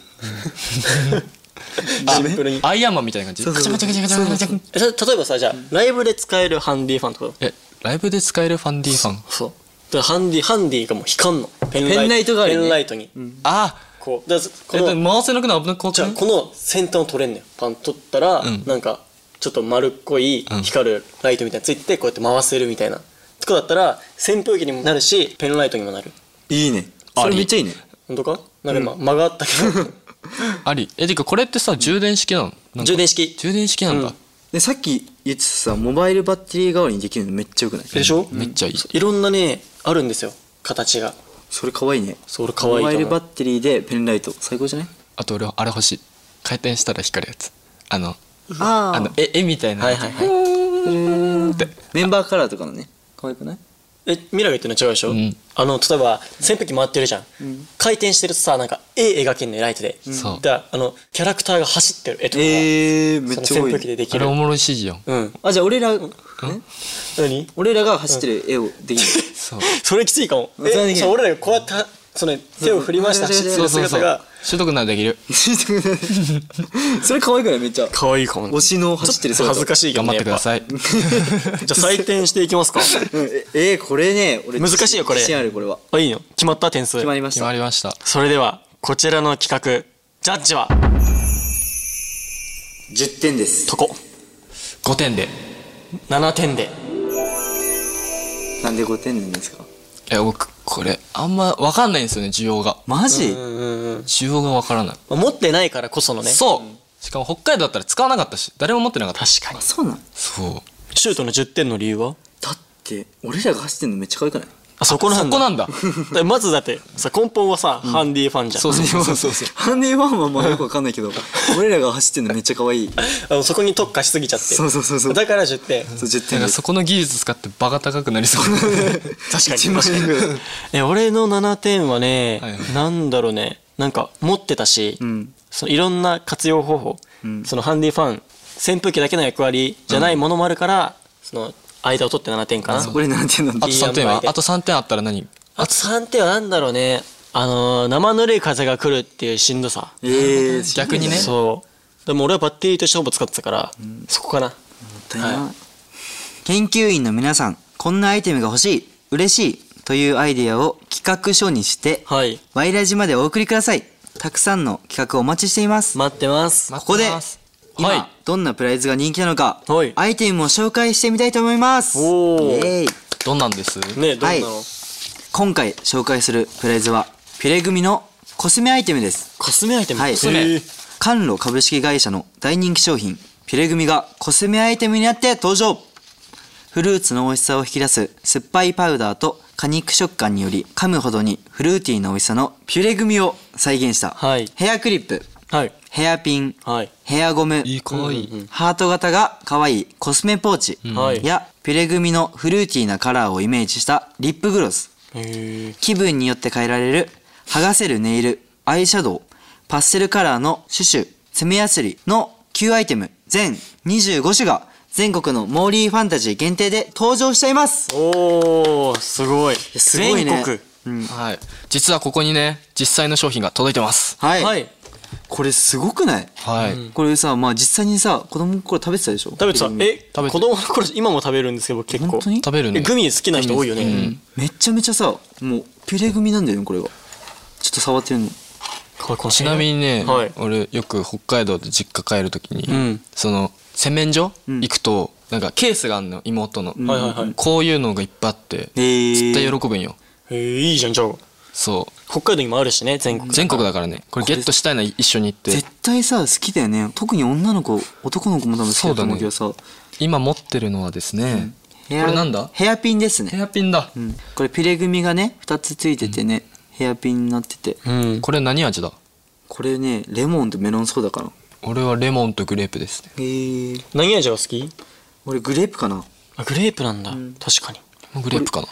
[SPEAKER 3] シンプルに
[SPEAKER 2] アイアンマンみたいな感じ
[SPEAKER 1] そうそうそう
[SPEAKER 2] ガチャガチャガチャガチャガチャ
[SPEAKER 3] えた例えばさじゃあライブで使えるハンディファンとか
[SPEAKER 2] えライブで使えるファンディファン
[SPEAKER 3] そうだからハンディハンディがもう光んのペン
[SPEAKER 1] ペンライト代わりに
[SPEAKER 3] ペンライトに、
[SPEAKER 2] あ
[SPEAKER 3] こうだか
[SPEAKER 2] え
[SPEAKER 3] らこの
[SPEAKER 2] 回せなくなる危なく
[SPEAKER 3] じゃあ
[SPEAKER 2] ない
[SPEAKER 3] この先端を取れんのよパン取ったら、
[SPEAKER 2] ん
[SPEAKER 3] なんかちょっと丸っこい
[SPEAKER 2] うん
[SPEAKER 3] 光るライトみたいなのついててこうやって回せるみたいなとかだったら扇風機にもなるしペンライトにもなる
[SPEAKER 1] いいねそれめっちゃいいね
[SPEAKER 3] 本当かなんか今、間があったけ
[SPEAKER 2] ありえてかこれってさ充電式なのなんか
[SPEAKER 3] ど充電式
[SPEAKER 2] 充電式なんだ、
[SPEAKER 3] うん
[SPEAKER 1] でさっきいやつさモバイルバッテリー代わりにできるのめっちゃよくない
[SPEAKER 3] でしょ、
[SPEAKER 2] めっちゃいい
[SPEAKER 3] いろんなねあるんですよ形が
[SPEAKER 1] それかわいいね
[SPEAKER 3] そう俺可愛い
[SPEAKER 1] モバイ
[SPEAKER 3] と
[SPEAKER 1] ル
[SPEAKER 3] 思
[SPEAKER 1] バッ
[SPEAKER 3] う
[SPEAKER 1] テリーでペンライト最高じゃない
[SPEAKER 2] あと俺あれ欲しい回転したら光るやつあの
[SPEAKER 1] あ
[SPEAKER 2] あの絵絵みたいな
[SPEAKER 3] はいはいはい
[SPEAKER 1] メンバーカラーとかのね可愛くない
[SPEAKER 3] えミラが言ってるの違うでしょ、
[SPEAKER 2] うん
[SPEAKER 3] あの例えば扇風機回ってるじゃん、回転してるとさなんか絵描けんねライトで、
[SPEAKER 2] そう
[SPEAKER 3] だからあのキャラクターが走ってる絵とかが、
[SPEAKER 1] えー、めっち
[SPEAKER 3] そ
[SPEAKER 1] ゃ多
[SPEAKER 3] の扇
[SPEAKER 1] い
[SPEAKER 3] 風機で
[SPEAKER 1] ね
[SPEAKER 3] でき
[SPEAKER 2] あれ
[SPEAKER 3] る
[SPEAKER 2] おもろい指示よ
[SPEAKER 3] うん
[SPEAKER 1] あじゃあ俺ら、ね、
[SPEAKER 3] 何
[SPEAKER 1] 俺らが走ってる絵をできる
[SPEAKER 2] そう
[SPEAKER 3] それきついかも
[SPEAKER 1] それはでき
[SPEAKER 3] え
[SPEAKER 1] ない
[SPEAKER 3] そう俺らがこうやってはその手を振りまして走って
[SPEAKER 2] そう
[SPEAKER 3] る
[SPEAKER 2] そうそ
[SPEAKER 3] 姿
[SPEAKER 2] う
[SPEAKER 3] が
[SPEAKER 2] 習得ならできる
[SPEAKER 1] (laughs) それ可愛くないめっちゃ
[SPEAKER 3] 可愛いかも
[SPEAKER 1] 推しの走ってる姿
[SPEAKER 3] 恥ずかしいけど
[SPEAKER 2] 頑張
[SPEAKER 3] ね
[SPEAKER 2] ってくだ
[SPEAKER 3] い
[SPEAKER 2] さい
[SPEAKER 3] じゃあ採点していきますか
[SPEAKER 1] うんええー、これね俺
[SPEAKER 3] 難しいよこれ
[SPEAKER 1] 自信あるこれは
[SPEAKER 3] あいいの決まった点数
[SPEAKER 1] 決まりまし
[SPEAKER 2] 決
[SPEAKER 1] た
[SPEAKER 2] まりました
[SPEAKER 3] それではこちらの企画ジャッジは
[SPEAKER 1] 10点です
[SPEAKER 3] とこ
[SPEAKER 2] 5点で
[SPEAKER 3] 7点で
[SPEAKER 1] なんで5点なんですか
[SPEAKER 2] え僕これあんま分かんないんですよね需要が
[SPEAKER 1] マジ
[SPEAKER 2] 需要が分からない
[SPEAKER 3] まあ持ってないからこそのね
[SPEAKER 2] そうしかも北海道だったら使わなかったし誰も持ってなかった
[SPEAKER 3] 確かに
[SPEAKER 1] そうなん
[SPEAKER 2] そう
[SPEAKER 3] シュートの10点の理由は
[SPEAKER 1] だって俺らが走ってるのめっちゃ可愛くない
[SPEAKER 3] あそこなんだ
[SPEAKER 2] そこなんだ
[SPEAKER 3] だまずだってさ根本はさ、ハンディファンじゃん
[SPEAKER 2] そう
[SPEAKER 3] (laughs)
[SPEAKER 2] そうそうそう
[SPEAKER 1] ハンディワンはまあよくわかんない (laughs) けど俺らが走ってるのめっちゃ可愛い
[SPEAKER 3] あのそこに特化しすぎちゃって
[SPEAKER 1] そうそうそうそう
[SPEAKER 3] だから10点
[SPEAKER 1] そう10
[SPEAKER 2] だ
[SPEAKER 1] 点
[SPEAKER 2] か
[SPEAKER 1] で
[SPEAKER 2] ら
[SPEAKER 1] す
[SPEAKER 2] そこの技術使ってバカ高くなり
[SPEAKER 3] (laughs)
[SPEAKER 2] そう
[SPEAKER 3] 確かに
[SPEAKER 1] 1万円ぐらい
[SPEAKER 3] (laughs) え俺の7点はね、
[SPEAKER 2] はいはい
[SPEAKER 3] なんだろうねなんか持ってたし、そのいろんな活用方法、そのハンディファン扇風機だけの役割じゃないものもあるから、その間を取って7点かな、
[SPEAKER 1] 俺7点なん
[SPEAKER 2] あ
[SPEAKER 1] だ
[SPEAKER 2] と3点
[SPEAKER 3] いい塩梅
[SPEAKER 2] は
[SPEAKER 3] で
[SPEAKER 2] あと3点あったら何
[SPEAKER 3] あと3点はなんだろうねあのー生ぬるい風が来るっていうしんどさ
[SPEAKER 1] ええ
[SPEAKER 2] 逆にね
[SPEAKER 3] そうでも俺はバッテリーとしてほぼ使ってたから、そこかなは
[SPEAKER 1] 研究員の皆さんこんなアイテムが欲しい嬉しいというアイデアを企画書にして、
[SPEAKER 3] はい
[SPEAKER 1] ワイラジまでお送りくださいたくさんの企画をお待ちしています、
[SPEAKER 3] 待ってます
[SPEAKER 1] ここで
[SPEAKER 2] 待ってます
[SPEAKER 1] 今、
[SPEAKER 2] はい
[SPEAKER 1] どんなプライズが人気なのか、
[SPEAKER 3] はい
[SPEAKER 1] アイテムを紹介してみたいと思います
[SPEAKER 3] おー
[SPEAKER 1] イエーイ
[SPEAKER 2] どんなんです
[SPEAKER 3] ねどうなの、
[SPEAKER 1] はい今回紹介するプライズはピュレグミのコスメアイテムです
[SPEAKER 3] コスメアイテム
[SPEAKER 1] はい
[SPEAKER 3] へー
[SPEAKER 1] 甘露株式会社の大人気商品ピュレグミがコスメアイテムになって登場フルーツの美味しさを引き出す酸っぱいパウダーと果肉食感により噛むほどにフルーティーな美味しさのピュレグミを再現した、
[SPEAKER 3] はい
[SPEAKER 1] ヘアクリップ
[SPEAKER 3] はい
[SPEAKER 1] ヘアピン、
[SPEAKER 3] はい
[SPEAKER 1] ヘアゴム
[SPEAKER 2] いいかわいい
[SPEAKER 1] ハート型が可愛いコスメポーチ、
[SPEAKER 3] はい
[SPEAKER 1] やピュレグミのフルーティーなカラーをイメージしたリップグロス
[SPEAKER 3] へー
[SPEAKER 1] 気分によって変えられる剥がせるネイルアイシャドウパステルカラーのシュシュ爪やすりの9アイテム全25種が全国のモーリーファンタジー限定で登場しちゃいます
[SPEAKER 3] おーすごい
[SPEAKER 1] すごいね
[SPEAKER 3] 全国
[SPEAKER 2] はい実はここにね実際の商品が届いてます
[SPEAKER 1] はい、
[SPEAKER 3] はい
[SPEAKER 1] これすごくない
[SPEAKER 2] はい、
[SPEAKER 1] これさまあ実際にさ子供の頃食べてたでしょ
[SPEAKER 3] 食べてた
[SPEAKER 1] ピュレグミ
[SPEAKER 3] え
[SPEAKER 2] 食べて
[SPEAKER 3] 子供の頃今も食べるんですけど僕結構
[SPEAKER 1] 本当に
[SPEAKER 2] 食べる
[SPEAKER 3] え
[SPEAKER 2] ね
[SPEAKER 3] グミ好きな人多いよね、
[SPEAKER 1] めちゃめちゃさもうピュレグミなんだよねこれがちょっと触ってるの
[SPEAKER 3] これこの
[SPEAKER 2] ちなみにね、
[SPEAKER 3] はい
[SPEAKER 2] 俺よく北海道で実家帰るときに、
[SPEAKER 3] ん
[SPEAKER 2] その洗面所行くと、なんかケースがあんの妹の、
[SPEAKER 3] はいはいはい
[SPEAKER 2] こういうのがいっぱいあって、
[SPEAKER 1] えー
[SPEAKER 2] 絶対喜ぶんよ
[SPEAKER 3] えー、いいじゃんじゃあ
[SPEAKER 2] そ
[SPEAKER 3] 北海道にもあるしね全
[SPEAKER 2] う
[SPEAKER 3] 国
[SPEAKER 2] 全国だからねこれゲットしたいな一緒に行って
[SPEAKER 1] 絶対さ好きだよね特に女の子男の子も多分好きだと思うけどさ、
[SPEAKER 2] 今持ってるのはですね、
[SPEAKER 1] ヘア
[SPEAKER 2] これなんだ
[SPEAKER 1] ヘアピンですね
[SPEAKER 2] ヘアピンだ、
[SPEAKER 1] うんこれピュレグミがね2つついててね、ヘアピンになってて
[SPEAKER 3] うん
[SPEAKER 2] これ何味だ
[SPEAKER 1] これねレモンとメロンソーダかな
[SPEAKER 2] 俺はレモンとグレープですね
[SPEAKER 1] へえ
[SPEAKER 3] 何味が好き
[SPEAKER 1] 俺グレープかな
[SPEAKER 3] あグレープなんだ、確かに
[SPEAKER 2] グレープかな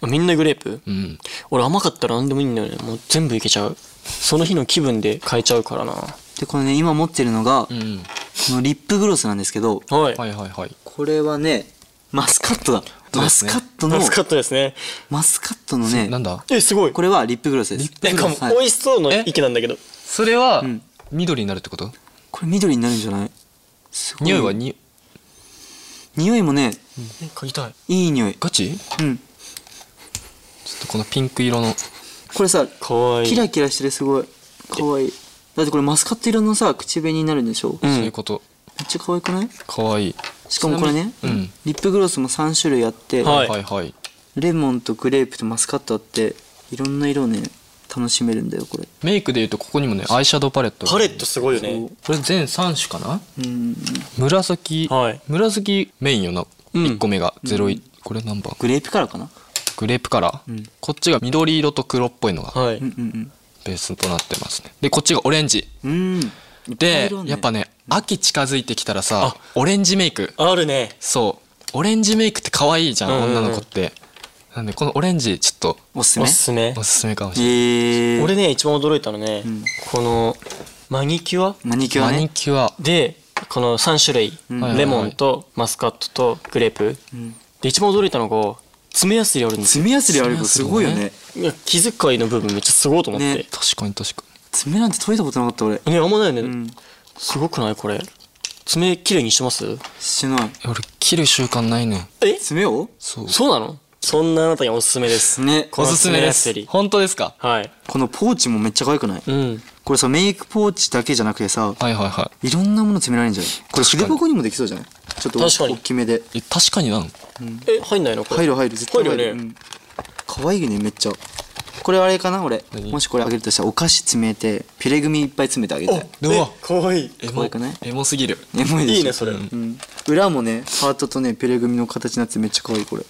[SPEAKER 3] あみんなグレープ、
[SPEAKER 2] うん
[SPEAKER 3] 俺甘かったら何でもいいんだよねもう全部いけちゃうその日の気分で変えちゃうからなは
[SPEAKER 1] でこのね今持ってるのが、こ
[SPEAKER 2] うん
[SPEAKER 1] のリップグロスなんですけど
[SPEAKER 3] い、
[SPEAKER 2] はいはいはい
[SPEAKER 1] これはねマスカットだ、
[SPEAKER 2] う
[SPEAKER 1] マ
[SPEAKER 2] で
[SPEAKER 1] ス
[SPEAKER 2] すね
[SPEAKER 1] カットの
[SPEAKER 3] マスカットですね
[SPEAKER 1] マスカットのね
[SPEAKER 2] なんだ
[SPEAKER 3] えすごい
[SPEAKER 1] これはリップグロスです
[SPEAKER 3] なんかもう
[SPEAKER 1] はい
[SPEAKER 3] 美味しそうな
[SPEAKER 2] え
[SPEAKER 3] 意見なんだけど
[SPEAKER 2] それは、
[SPEAKER 1] ん
[SPEAKER 2] 緑になるってこと
[SPEAKER 1] これ緑になるんじゃないすご
[SPEAKER 2] 匂いはに
[SPEAKER 1] 匂いもね
[SPEAKER 3] 嗅ぎたい
[SPEAKER 1] いい匂い
[SPEAKER 2] ガチ
[SPEAKER 1] うん
[SPEAKER 2] ちょっとこのピンク色の
[SPEAKER 1] これさ
[SPEAKER 3] かわいい
[SPEAKER 1] キラキラしてるすごい可愛いだってこれマスカット色のさ口紅になるんでしょ、
[SPEAKER 2] そう
[SPEAKER 1] めっ
[SPEAKER 2] いうこと、
[SPEAKER 1] ちゃ可愛くない
[SPEAKER 2] かわいい
[SPEAKER 1] しかもこれね、
[SPEAKER 2] ちなみにうん
[SPEAKER 1] リップグロスも3種類あって、
[SPEAKER 3] はい
[SPEAKER 2] はいはい
[SPEAKER 1] レモンとグレープとマスカットあっていろんな色をね楽しめるんだよこれ
[SPEAKER 2] メイクでいうとここにもねアイシャドウパレットが
[SPEAKER 3] パレットすごいよね
[SPEAKER 2] これ全3種かな
[SPEAKER 1] うん
[SPEAKER 2] 紫、
[SPEAKER 3] はい
[SPEAKER 2] 紫メインよな、
[SPEAKER 3] うん
[SPEAKER 2] 1個目が01、これ何番
[SPEAKER 1] グレープカラーかな
[SPEAKER 2] グレープカラー、こっちが緑色と黒っぽいのが
[SPEAKER 3] はい、
[SPEAKER 1] うん
[SPEAKER 2] ベースとなってますねでこっちがオレンジ
[SPEAKER 1] うんうん
[SPEAKER 2] で、
[SPEAKER 1] 色ね
[SPEAKER 2] やっぱね秋近づいてきたらさオレンジメイク
[SPEAKER 3] あるね
[SPEAKER 2] そうオレンジメイクって可愛いじゃん、
[SPEAKER 3] うんうんうん
[SPEAKER 2] 女の子ってなんでこのオレンジちょっと
[SPEAKER 1] おすす
[SPEAKER 3] お
[SPEAKER 1] め
[SPEAKER 3] すすめ
[SPEAKER 2] おすすめかもしれない、
[SPEAKER 1] えー、
[SPEAKER 3] 俺ね一番驚いたのね、このマニキュア
[SPEAKER 1] マニキュア
[SPEAKER 2] マニ
[SPEAKER 1] ね
[SPEAKER 2] キュア
[SPEAKER 3] でこの3種類、
[SPEAKER 2] ん
[SPEAKER 3] レモンとマスカットとグレープ、で一番驚いたのが爪やすりあるんですよ
[SPEAKER 1] 爪やすりあるからすごいよね
[SPEAKER 3] いや気遣いの部分めっちゃすごいと思って
[SPEAKER 1] ね
[SPEAKER 3] ね
[SPEAKER 2] 確かに確か
[SPEAKER 1] 爪なんて研いだことなかった俺
[SPEAKER 3] あんまないよね、
[SPEAKER 1] ん
[SPEAKER 3] すごくないこれ爪綺麗にしてます
[SPEAKER 1] しない
[SPEAKER 2] に俺切る習慣ないねん
[SPEAKER 3] え
[SPEAKER 1] 爪を
[SPEAKER 2] そう
[SPEAKER 3] そうなのそんなあなたにおすすめです
[SPEAKER 1] ね
[SPEAKER 3] こ
[SPEAKER 2] お
[SPEAKER 3] の
[SPEAKER 2] すすめ
[SPEAKER 3] 爪
[SPEAKER 2] で
[SPEAKER 3] やす
[SPEAKER 2] す
[SPEAKER 3] り
[SPEAKER 2] 本当ですか
[SPEAKER 3] はい
[SPEAKER 1] このポーチもめっちゃ可愛くない
[SPEAKER 3] うん
[SPEAKER 1] これさメイクポーチだけじゃなくてさ
[SPEAKER 2] はいはいはい
[SPEAKER 1] いろんなもの詰められるんじゃないこれ筆箱にもできそうじゃないちょっと
[SPEAKER 3] 確かに
[SPEAKER 1] 大きめで
[SPEAKER 2] え確かになの
[SPEAKER 3] え入んないのこれ
[SPEAKER 1] 入る入る絶対入
[SPEAKER 3] 入
[SPEAKER 1] る
[SPEAKER 3] る
[SPEAKER 1] う
[SPEAKER 3] よね
[SPEAKER 1] ん可愛いねめっちゃこれあれかな俺
[SPEAKER 2] 何
[SPEAKER 1] もしこれあげるとしたらお菓子詰めてピレグミいっぱい詰めてあげて
[SPEAKER 2] うわ
[SPEAKER 3] かわいい
[SPEAKER 2] エ
[SPEAKER 1] 可
[SPEAKER 2] モ
[SPEAKER 1] 愛くない
[SPEAKER 2] エモすぎる
[SPEAKER 1] エモいでしょ
[SPEAKER 3] いいねそれ、
[SPEAKER 1] うん裏もねハートとねピレグミの形になっててめっちゃ可愛いこれ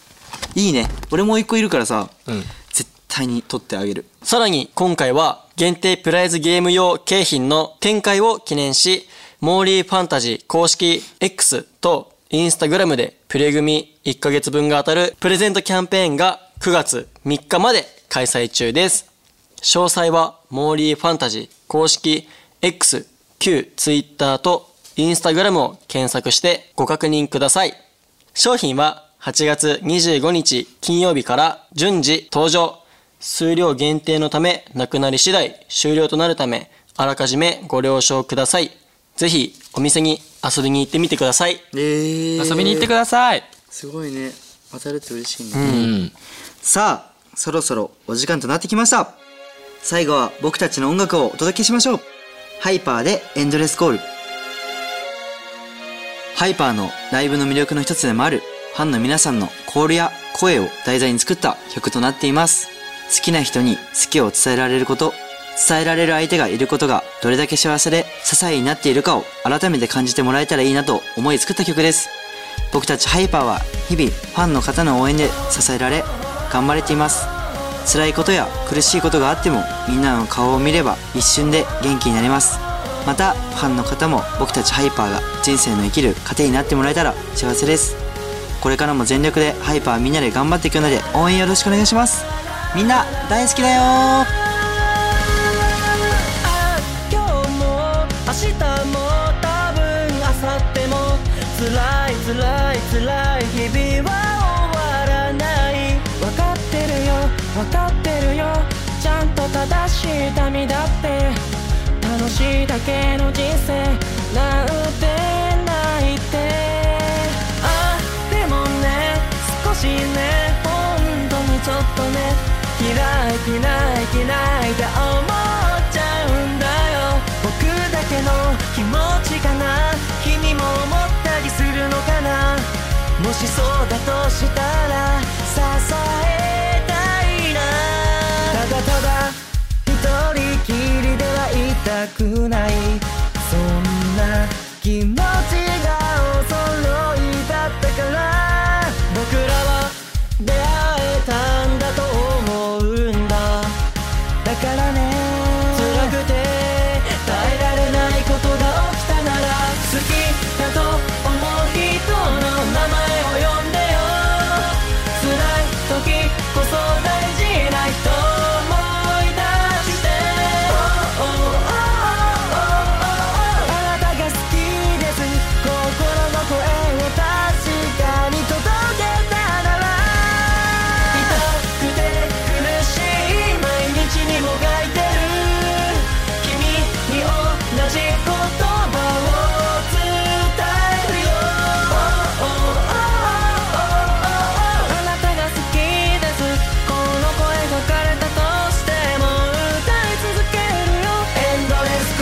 [SPEAKER 1] いいね俺もう一個いるからさ
[SPEAKER 2] うん
[SPEAKER 1] 絶対に取ってあげる
[SPEAKER 3] さらに今回は限定プライズゲーム用景品の展開を記念し、モーリーファンタジー公式 X とインスタグラムでプレグミ1ヶ月分が当たるプレゼントキャンペーンが9月3日まで開催中です。詳細はモーリーファンタジー公式 X、旧 Twitter とインスタグラムを検索してご確認ください。商品は8月25日金曜日から順次登場。数量限定のため、なくなり次第終了となるため、あらかじめご了承ください。ぜひお店に遊びに行ってみてください。
[SPEAKER 1] え
[SPEAKER 2] 遊びに行ってください
[SPEAKER 1] すごいね当たると嬉しいね、
[SPEAKER 2] うん
[SPEAKER 1] さあそろそろお時間となってきました最後は僕たちの音楽をお届けしましょうハイパーでエンドレスコールハイパーのライブの魅力の一つでもあるファンの皆さんのコールや声を題材に作った曲となっています好きな人に好きを伝えられること伝えられる相手がいることがどれだけ幸せで支えになっているかを改めて感じてもらえたらいいなと思い作った曲です僕たちハイパーは日々ファンの方の応援で支えられ頑張れています辛いことや苦しいことがあってもみんなの顔を見れば一瞬で元気になれますまたファンの方も僕たちハイパーが人生の生きる糧になってもらえたら幸せですこれからも全力でハイパーみんなで頑張っていくので応援よろしくお願いしますみんな大好きだよー
[SPEAKER 7] 今日も明日も多分明後日も辛い辛い辛い日々は終わらない分かってるよ分かってるよちゃんと正しい痛みだって楽しいだけの人生なんてないってあでもね少しね本当にちょっとね嫌い嫌い嫌いって思っちゃうんだよ僕だけの気持ちかな君も思ったりするのかなもしそうだとしたら支えたいなただただ一人きりではいたくないそんな気持ちがお揃いだったから僕らは出会えたんだと思うんだだからね辛くて耐えられないことが起きたなら好きだと思う人の名前を呼んでよ辛い時こそ大事な人を思い出して Oh, oh, oh, oh, oh, oh あなたが好きです心の声を確かに届けたなら痛くて苦しい毎日にもがいてる君に同じ言葉を伝えるよあなたが好きですこの声が枯れたとしても歌い続けるよエンドレスコ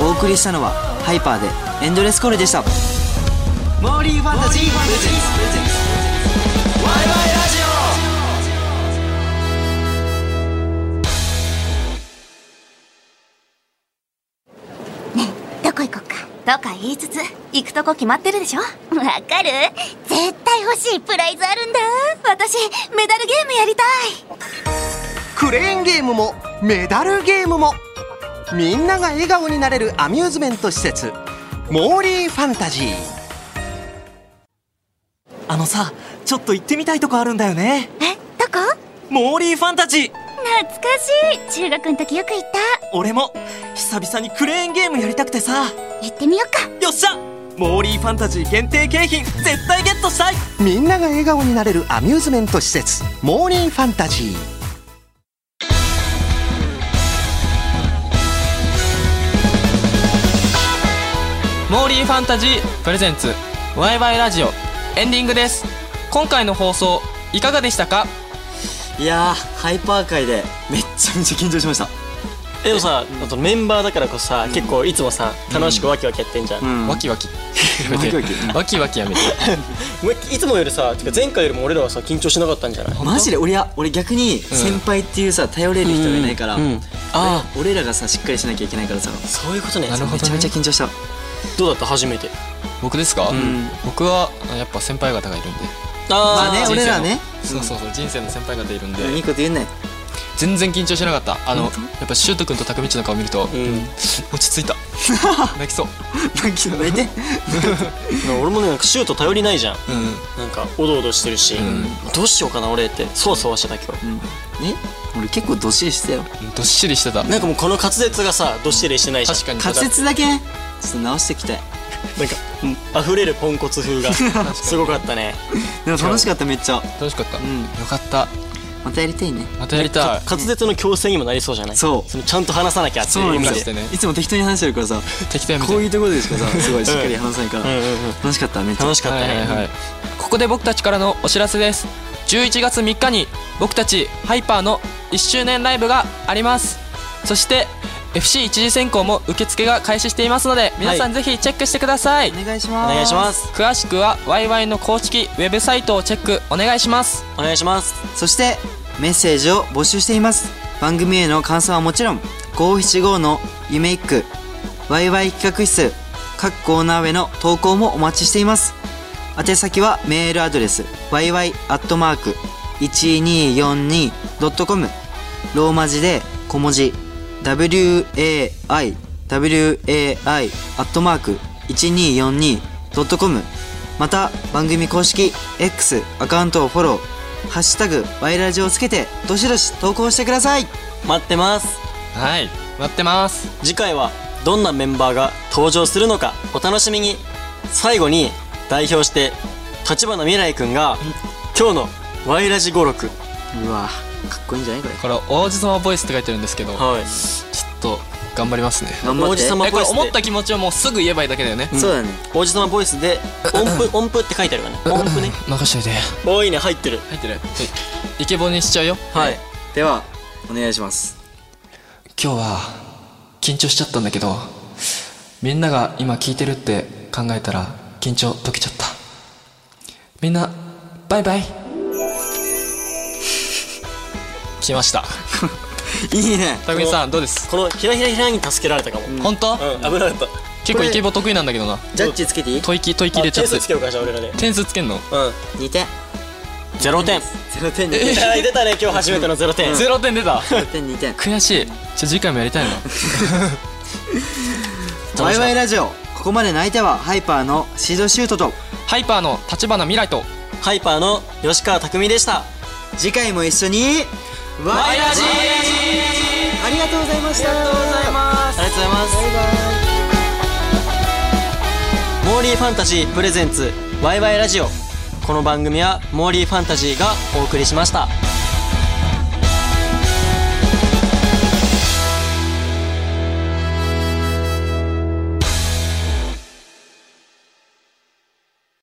[SPEAKER 7] ール
[SPEAKER 1] お送りしたのはハイパーでエンドレスコールでしたモーリーファンタジープレゼンツ
[SPEAKER 4] とか言いつつ行くとこ決まってるでしょわかる絶対欲しいプライズあるんだ私メダルゲームやりたい
[SPEAKER 5] クレーンゲームもメダルゲームもみんなが笑顔になれるアミューズメント施設モーリーファンタジー
[SPEAKER 6] あのさちょっと行ってみたいとこあるんだよね
[SPEAKER 4] えどこ
[SPEAKER 6] モーリーファンタジー
[SPEAKER 4] 懐かしい中学の時よく行った
[SPEAKER 6] 俺も久々にクレーンゲームやりたくてさ
[SPEAKER 4] 行ってみようか
[SPEAKER 6] よっしゃモーリーファンタジー限定景品絶対ゲットしたい
[SPEAKER 5] みんなが笑顔になれるアミューズメント施設モーリーファンタジー
[SPEAKER 2] モーリーファンタジープレゼンツワイワイラジオエンディングです今回の放送いかがでしたか
[SPEAKER 1] いやーハイパー界でめっちゃめちゃ緊張しました
[SPEAKER 3] でもさ、あとメンバーだからこそさ、結構いつもさ楽しくワキワキやってんじゃん、
[SPEAKER 1] ん
[SPEAKER 2] わきわきや
[SPEAKER 1] ワキ
[SPEAKER 2] めて
[SPEAKER 1] ワキ
[SPEAKER 2] (laughs) わきわきやめて
[SPEAKER 3] いつもよりさてか前回よりも俺らはさ緊張しなかったんじゃない
[SPEAKER 1] マジで俺や俺逆に先輩っていうさ頼れる人がいないから、
[SPEAKER 3] うんうんあ
[SPEAKER 1] 俺らがさしっかりしなきゃいけないからさ
[SPEAKER 3] そういうことね
[SPEAKER 2] なるほ
[SPEAKER 1] め
[SPEAKER 2] ど
[SPEAKER 1] ちゃ
[SPEAKER 2] ね
[SPEAKER 1] めちゃ緊張した
[SPEAKER 3] どうだった初めて
[SPEAKER 2] 僕ですか、
[SPEAKER 1] ん
[SPEAKER 2] 僕はやっぱ先輩方がいるんで
[SPEAKER 1] まあね
[SPEAKER 2] 人生の
[SPEAKER 1] 俺らね
[SPEAKER 2] そうそうそう人生の先輩方いるんで
[SPEAKER 1] いいこと言うね
[SPEAKER 2] 全然緊張しなかったあのやっぱシュート君と匠道の顔見ると、落ち着いた泣きそう、
[SPEAKER 1] 泣き泣いて
[SPEAKER 3] 俺もねなんかシュート頼りないじゃん
[SPEAKER 2] うん、
[SPEAKER 3] なんかおどおどしてるし、どうしようかな俺ってそわそわしてた今日、
[SPEAKER 1] (laughs) え俺結構どっしりしてたよ
[SPEAKER 2] どっしりしてた
[SPEAKER 3] なんかもうこの滑舌がさどっしりしてないじゃん
[SPEAKER 2] 確か
[SPEAKER 1] 滑
[SPEAKER 2] に
[SPEAKER 1] 舌だけねちょっと直していきたい
[SPEAKER 3] なんか、うん、溢れるポンコツ風がすごかったね
[SPEAKER 1] でも楽しかっためっちゃ
[SPEAKER 2] 楽しかった、
[SPEAKER 1] ん
[SPEAKER 2] よかった
[SPEAKER 1] またやりたいね
[SPEAKER 2] またやりたい
[SPEAKER 3] 滑舌の強制にもなりそうじゃない
[SPEAKER 1] そう
[SPEAKER 3] のちゃんと話さなきゃって
[SPEAKER 1] そうな
[SPEAKER 3] いう意
[SPEAKER 1] ん
[SPEAKER 3] 味
[SPEAKER 1] だ
[SPEAKER 3] で
[SPEAKER 2] してね
[SPEAKER 1] いつも適当に話してるからさ
[SPEAKER 2] 適当やめて
[SPEAKER 1] こういうところでしかさすごいしっかり話さないから
[SPEAKER 3] うんうんうん
[SPEAKER 1] 楽しかっためっちゃ
[SPEAKER 3] 楽しかった
[SPEAKER 2] は
[SPEAKER 3] ね、
[SPEAKER 2] いはいはい、ここで僕たちからのお知らせです11月3日に僕たちハイパーの1周年ライブがありますそして FC 一次選考も受付が開始していますので皆さんぜひチェックしてください、
[SPEAKER 1] お願いします
[SPEAKER 3] お願いします
[SPEAKER 2] 詳しくはワイワイの公式ウェブサイトをチェックお願いします
[SPEAKER 3] お願いします
[SPEAKER 1] そしてメッセージを募集しています番組への感想はもちろん575の夢一句ワイワイ企画室各コーナーへの投稿もお待ちしています宛先はメールアドレス yy.1242.com ローマ字で小文字 waiwai.1242.com また番組公式 X アカウントをフォロー「ハッシュタグワイラジ」をつけてどしどし投稿してください
[SPEAKER 3] 待ってます
[SPEAKER 2] はい待ってます
[SPEAKER 3] 次回はどんなメンバーが登場するのかお楽しみに最後に代表して立花未来くんが今日の「ワイラジ語録
[SPEAKER 1] うわかっこいいんじゃないこれ
[SPEAKER 2] これ王子様ボイスって書いてるんですけど」ちょっ
[SPEAKER 3] はい
[SPEAKER 2] と頑張りますね
[SPEAKER 1] 頑張って
[SPEAKER 3] 王子様
[SPEAKER 2] えこれ
[SPEAKER 3] ボイスで
[SPEAKER 2] 思った気持ちをもうすぐ言えばいいだけだよね、
[SPEAKER 1] そうだね
[SPEAKER 3] 王子様ボイスで音符音符って書いてあるかね音符ね
[SPEAKER 2] 任しといて
[SPEAKER 3] 多いね入ってる
[SPEAKER 2] 入ってるイケボにしちゃうよ
[SPEAKER 3] はい
[SPEAKER 1] ではお願いします
[SPEAKER 2] 今日は緊張しちゃったんだけどみんなが今聞いてるって考えたら緊張解けちゃったみんなバイバイ (laughs) 来ました
[SPEAKER 1] いいね
[SPEAKER 2] 匠さんどうです
[SPEAKER 3] このひらひらひらに助けられたかもうん
[SPEAKER 2] 本当、
[SPEAKER 3] 危なかった
[SPEAKER 2] 結構イケボ得意なんだけどな
[SPEAKER 1] ジャッジつけていい
[SPEAKER 2] 吐息吐息入れちゃっ
[SPEAKER 3] 点
[SPEAKER 2] て
[SPEAKER 3] 数つけようかじゃあ俺らで
[SPEAKER 2] 点数つけんの
[SPEAKER 3] うん
[SPEAKER 1] 2点
[SPEAKER 3] 0点
[SPEAKER 1] 0点2点
[SPEAKER 3] 出たね今日初めての0点
[SPEAKER 2] ゼロ点出 (laughs) た
[SPEAKER 1] 0点2点
[SPEAKER 2] 悔しいちょ次回もやりたいな
[SPEAKER 1] ワイワイラジオここまでの相手はハイパーのシードシュートと
[SPEAKER 2] ハイパーの立花未来と
[SPEAKER 3] ハイパーの吉川匠でした
[SPEAKER 1] 次回も一緒にワイラジありがとうございましたありがとうございます
[SPEAKER 3] ありがとうございますモーリーファンタジープレゼンツワイワイラジオこの番組はモーリーファンタジーがお送りしました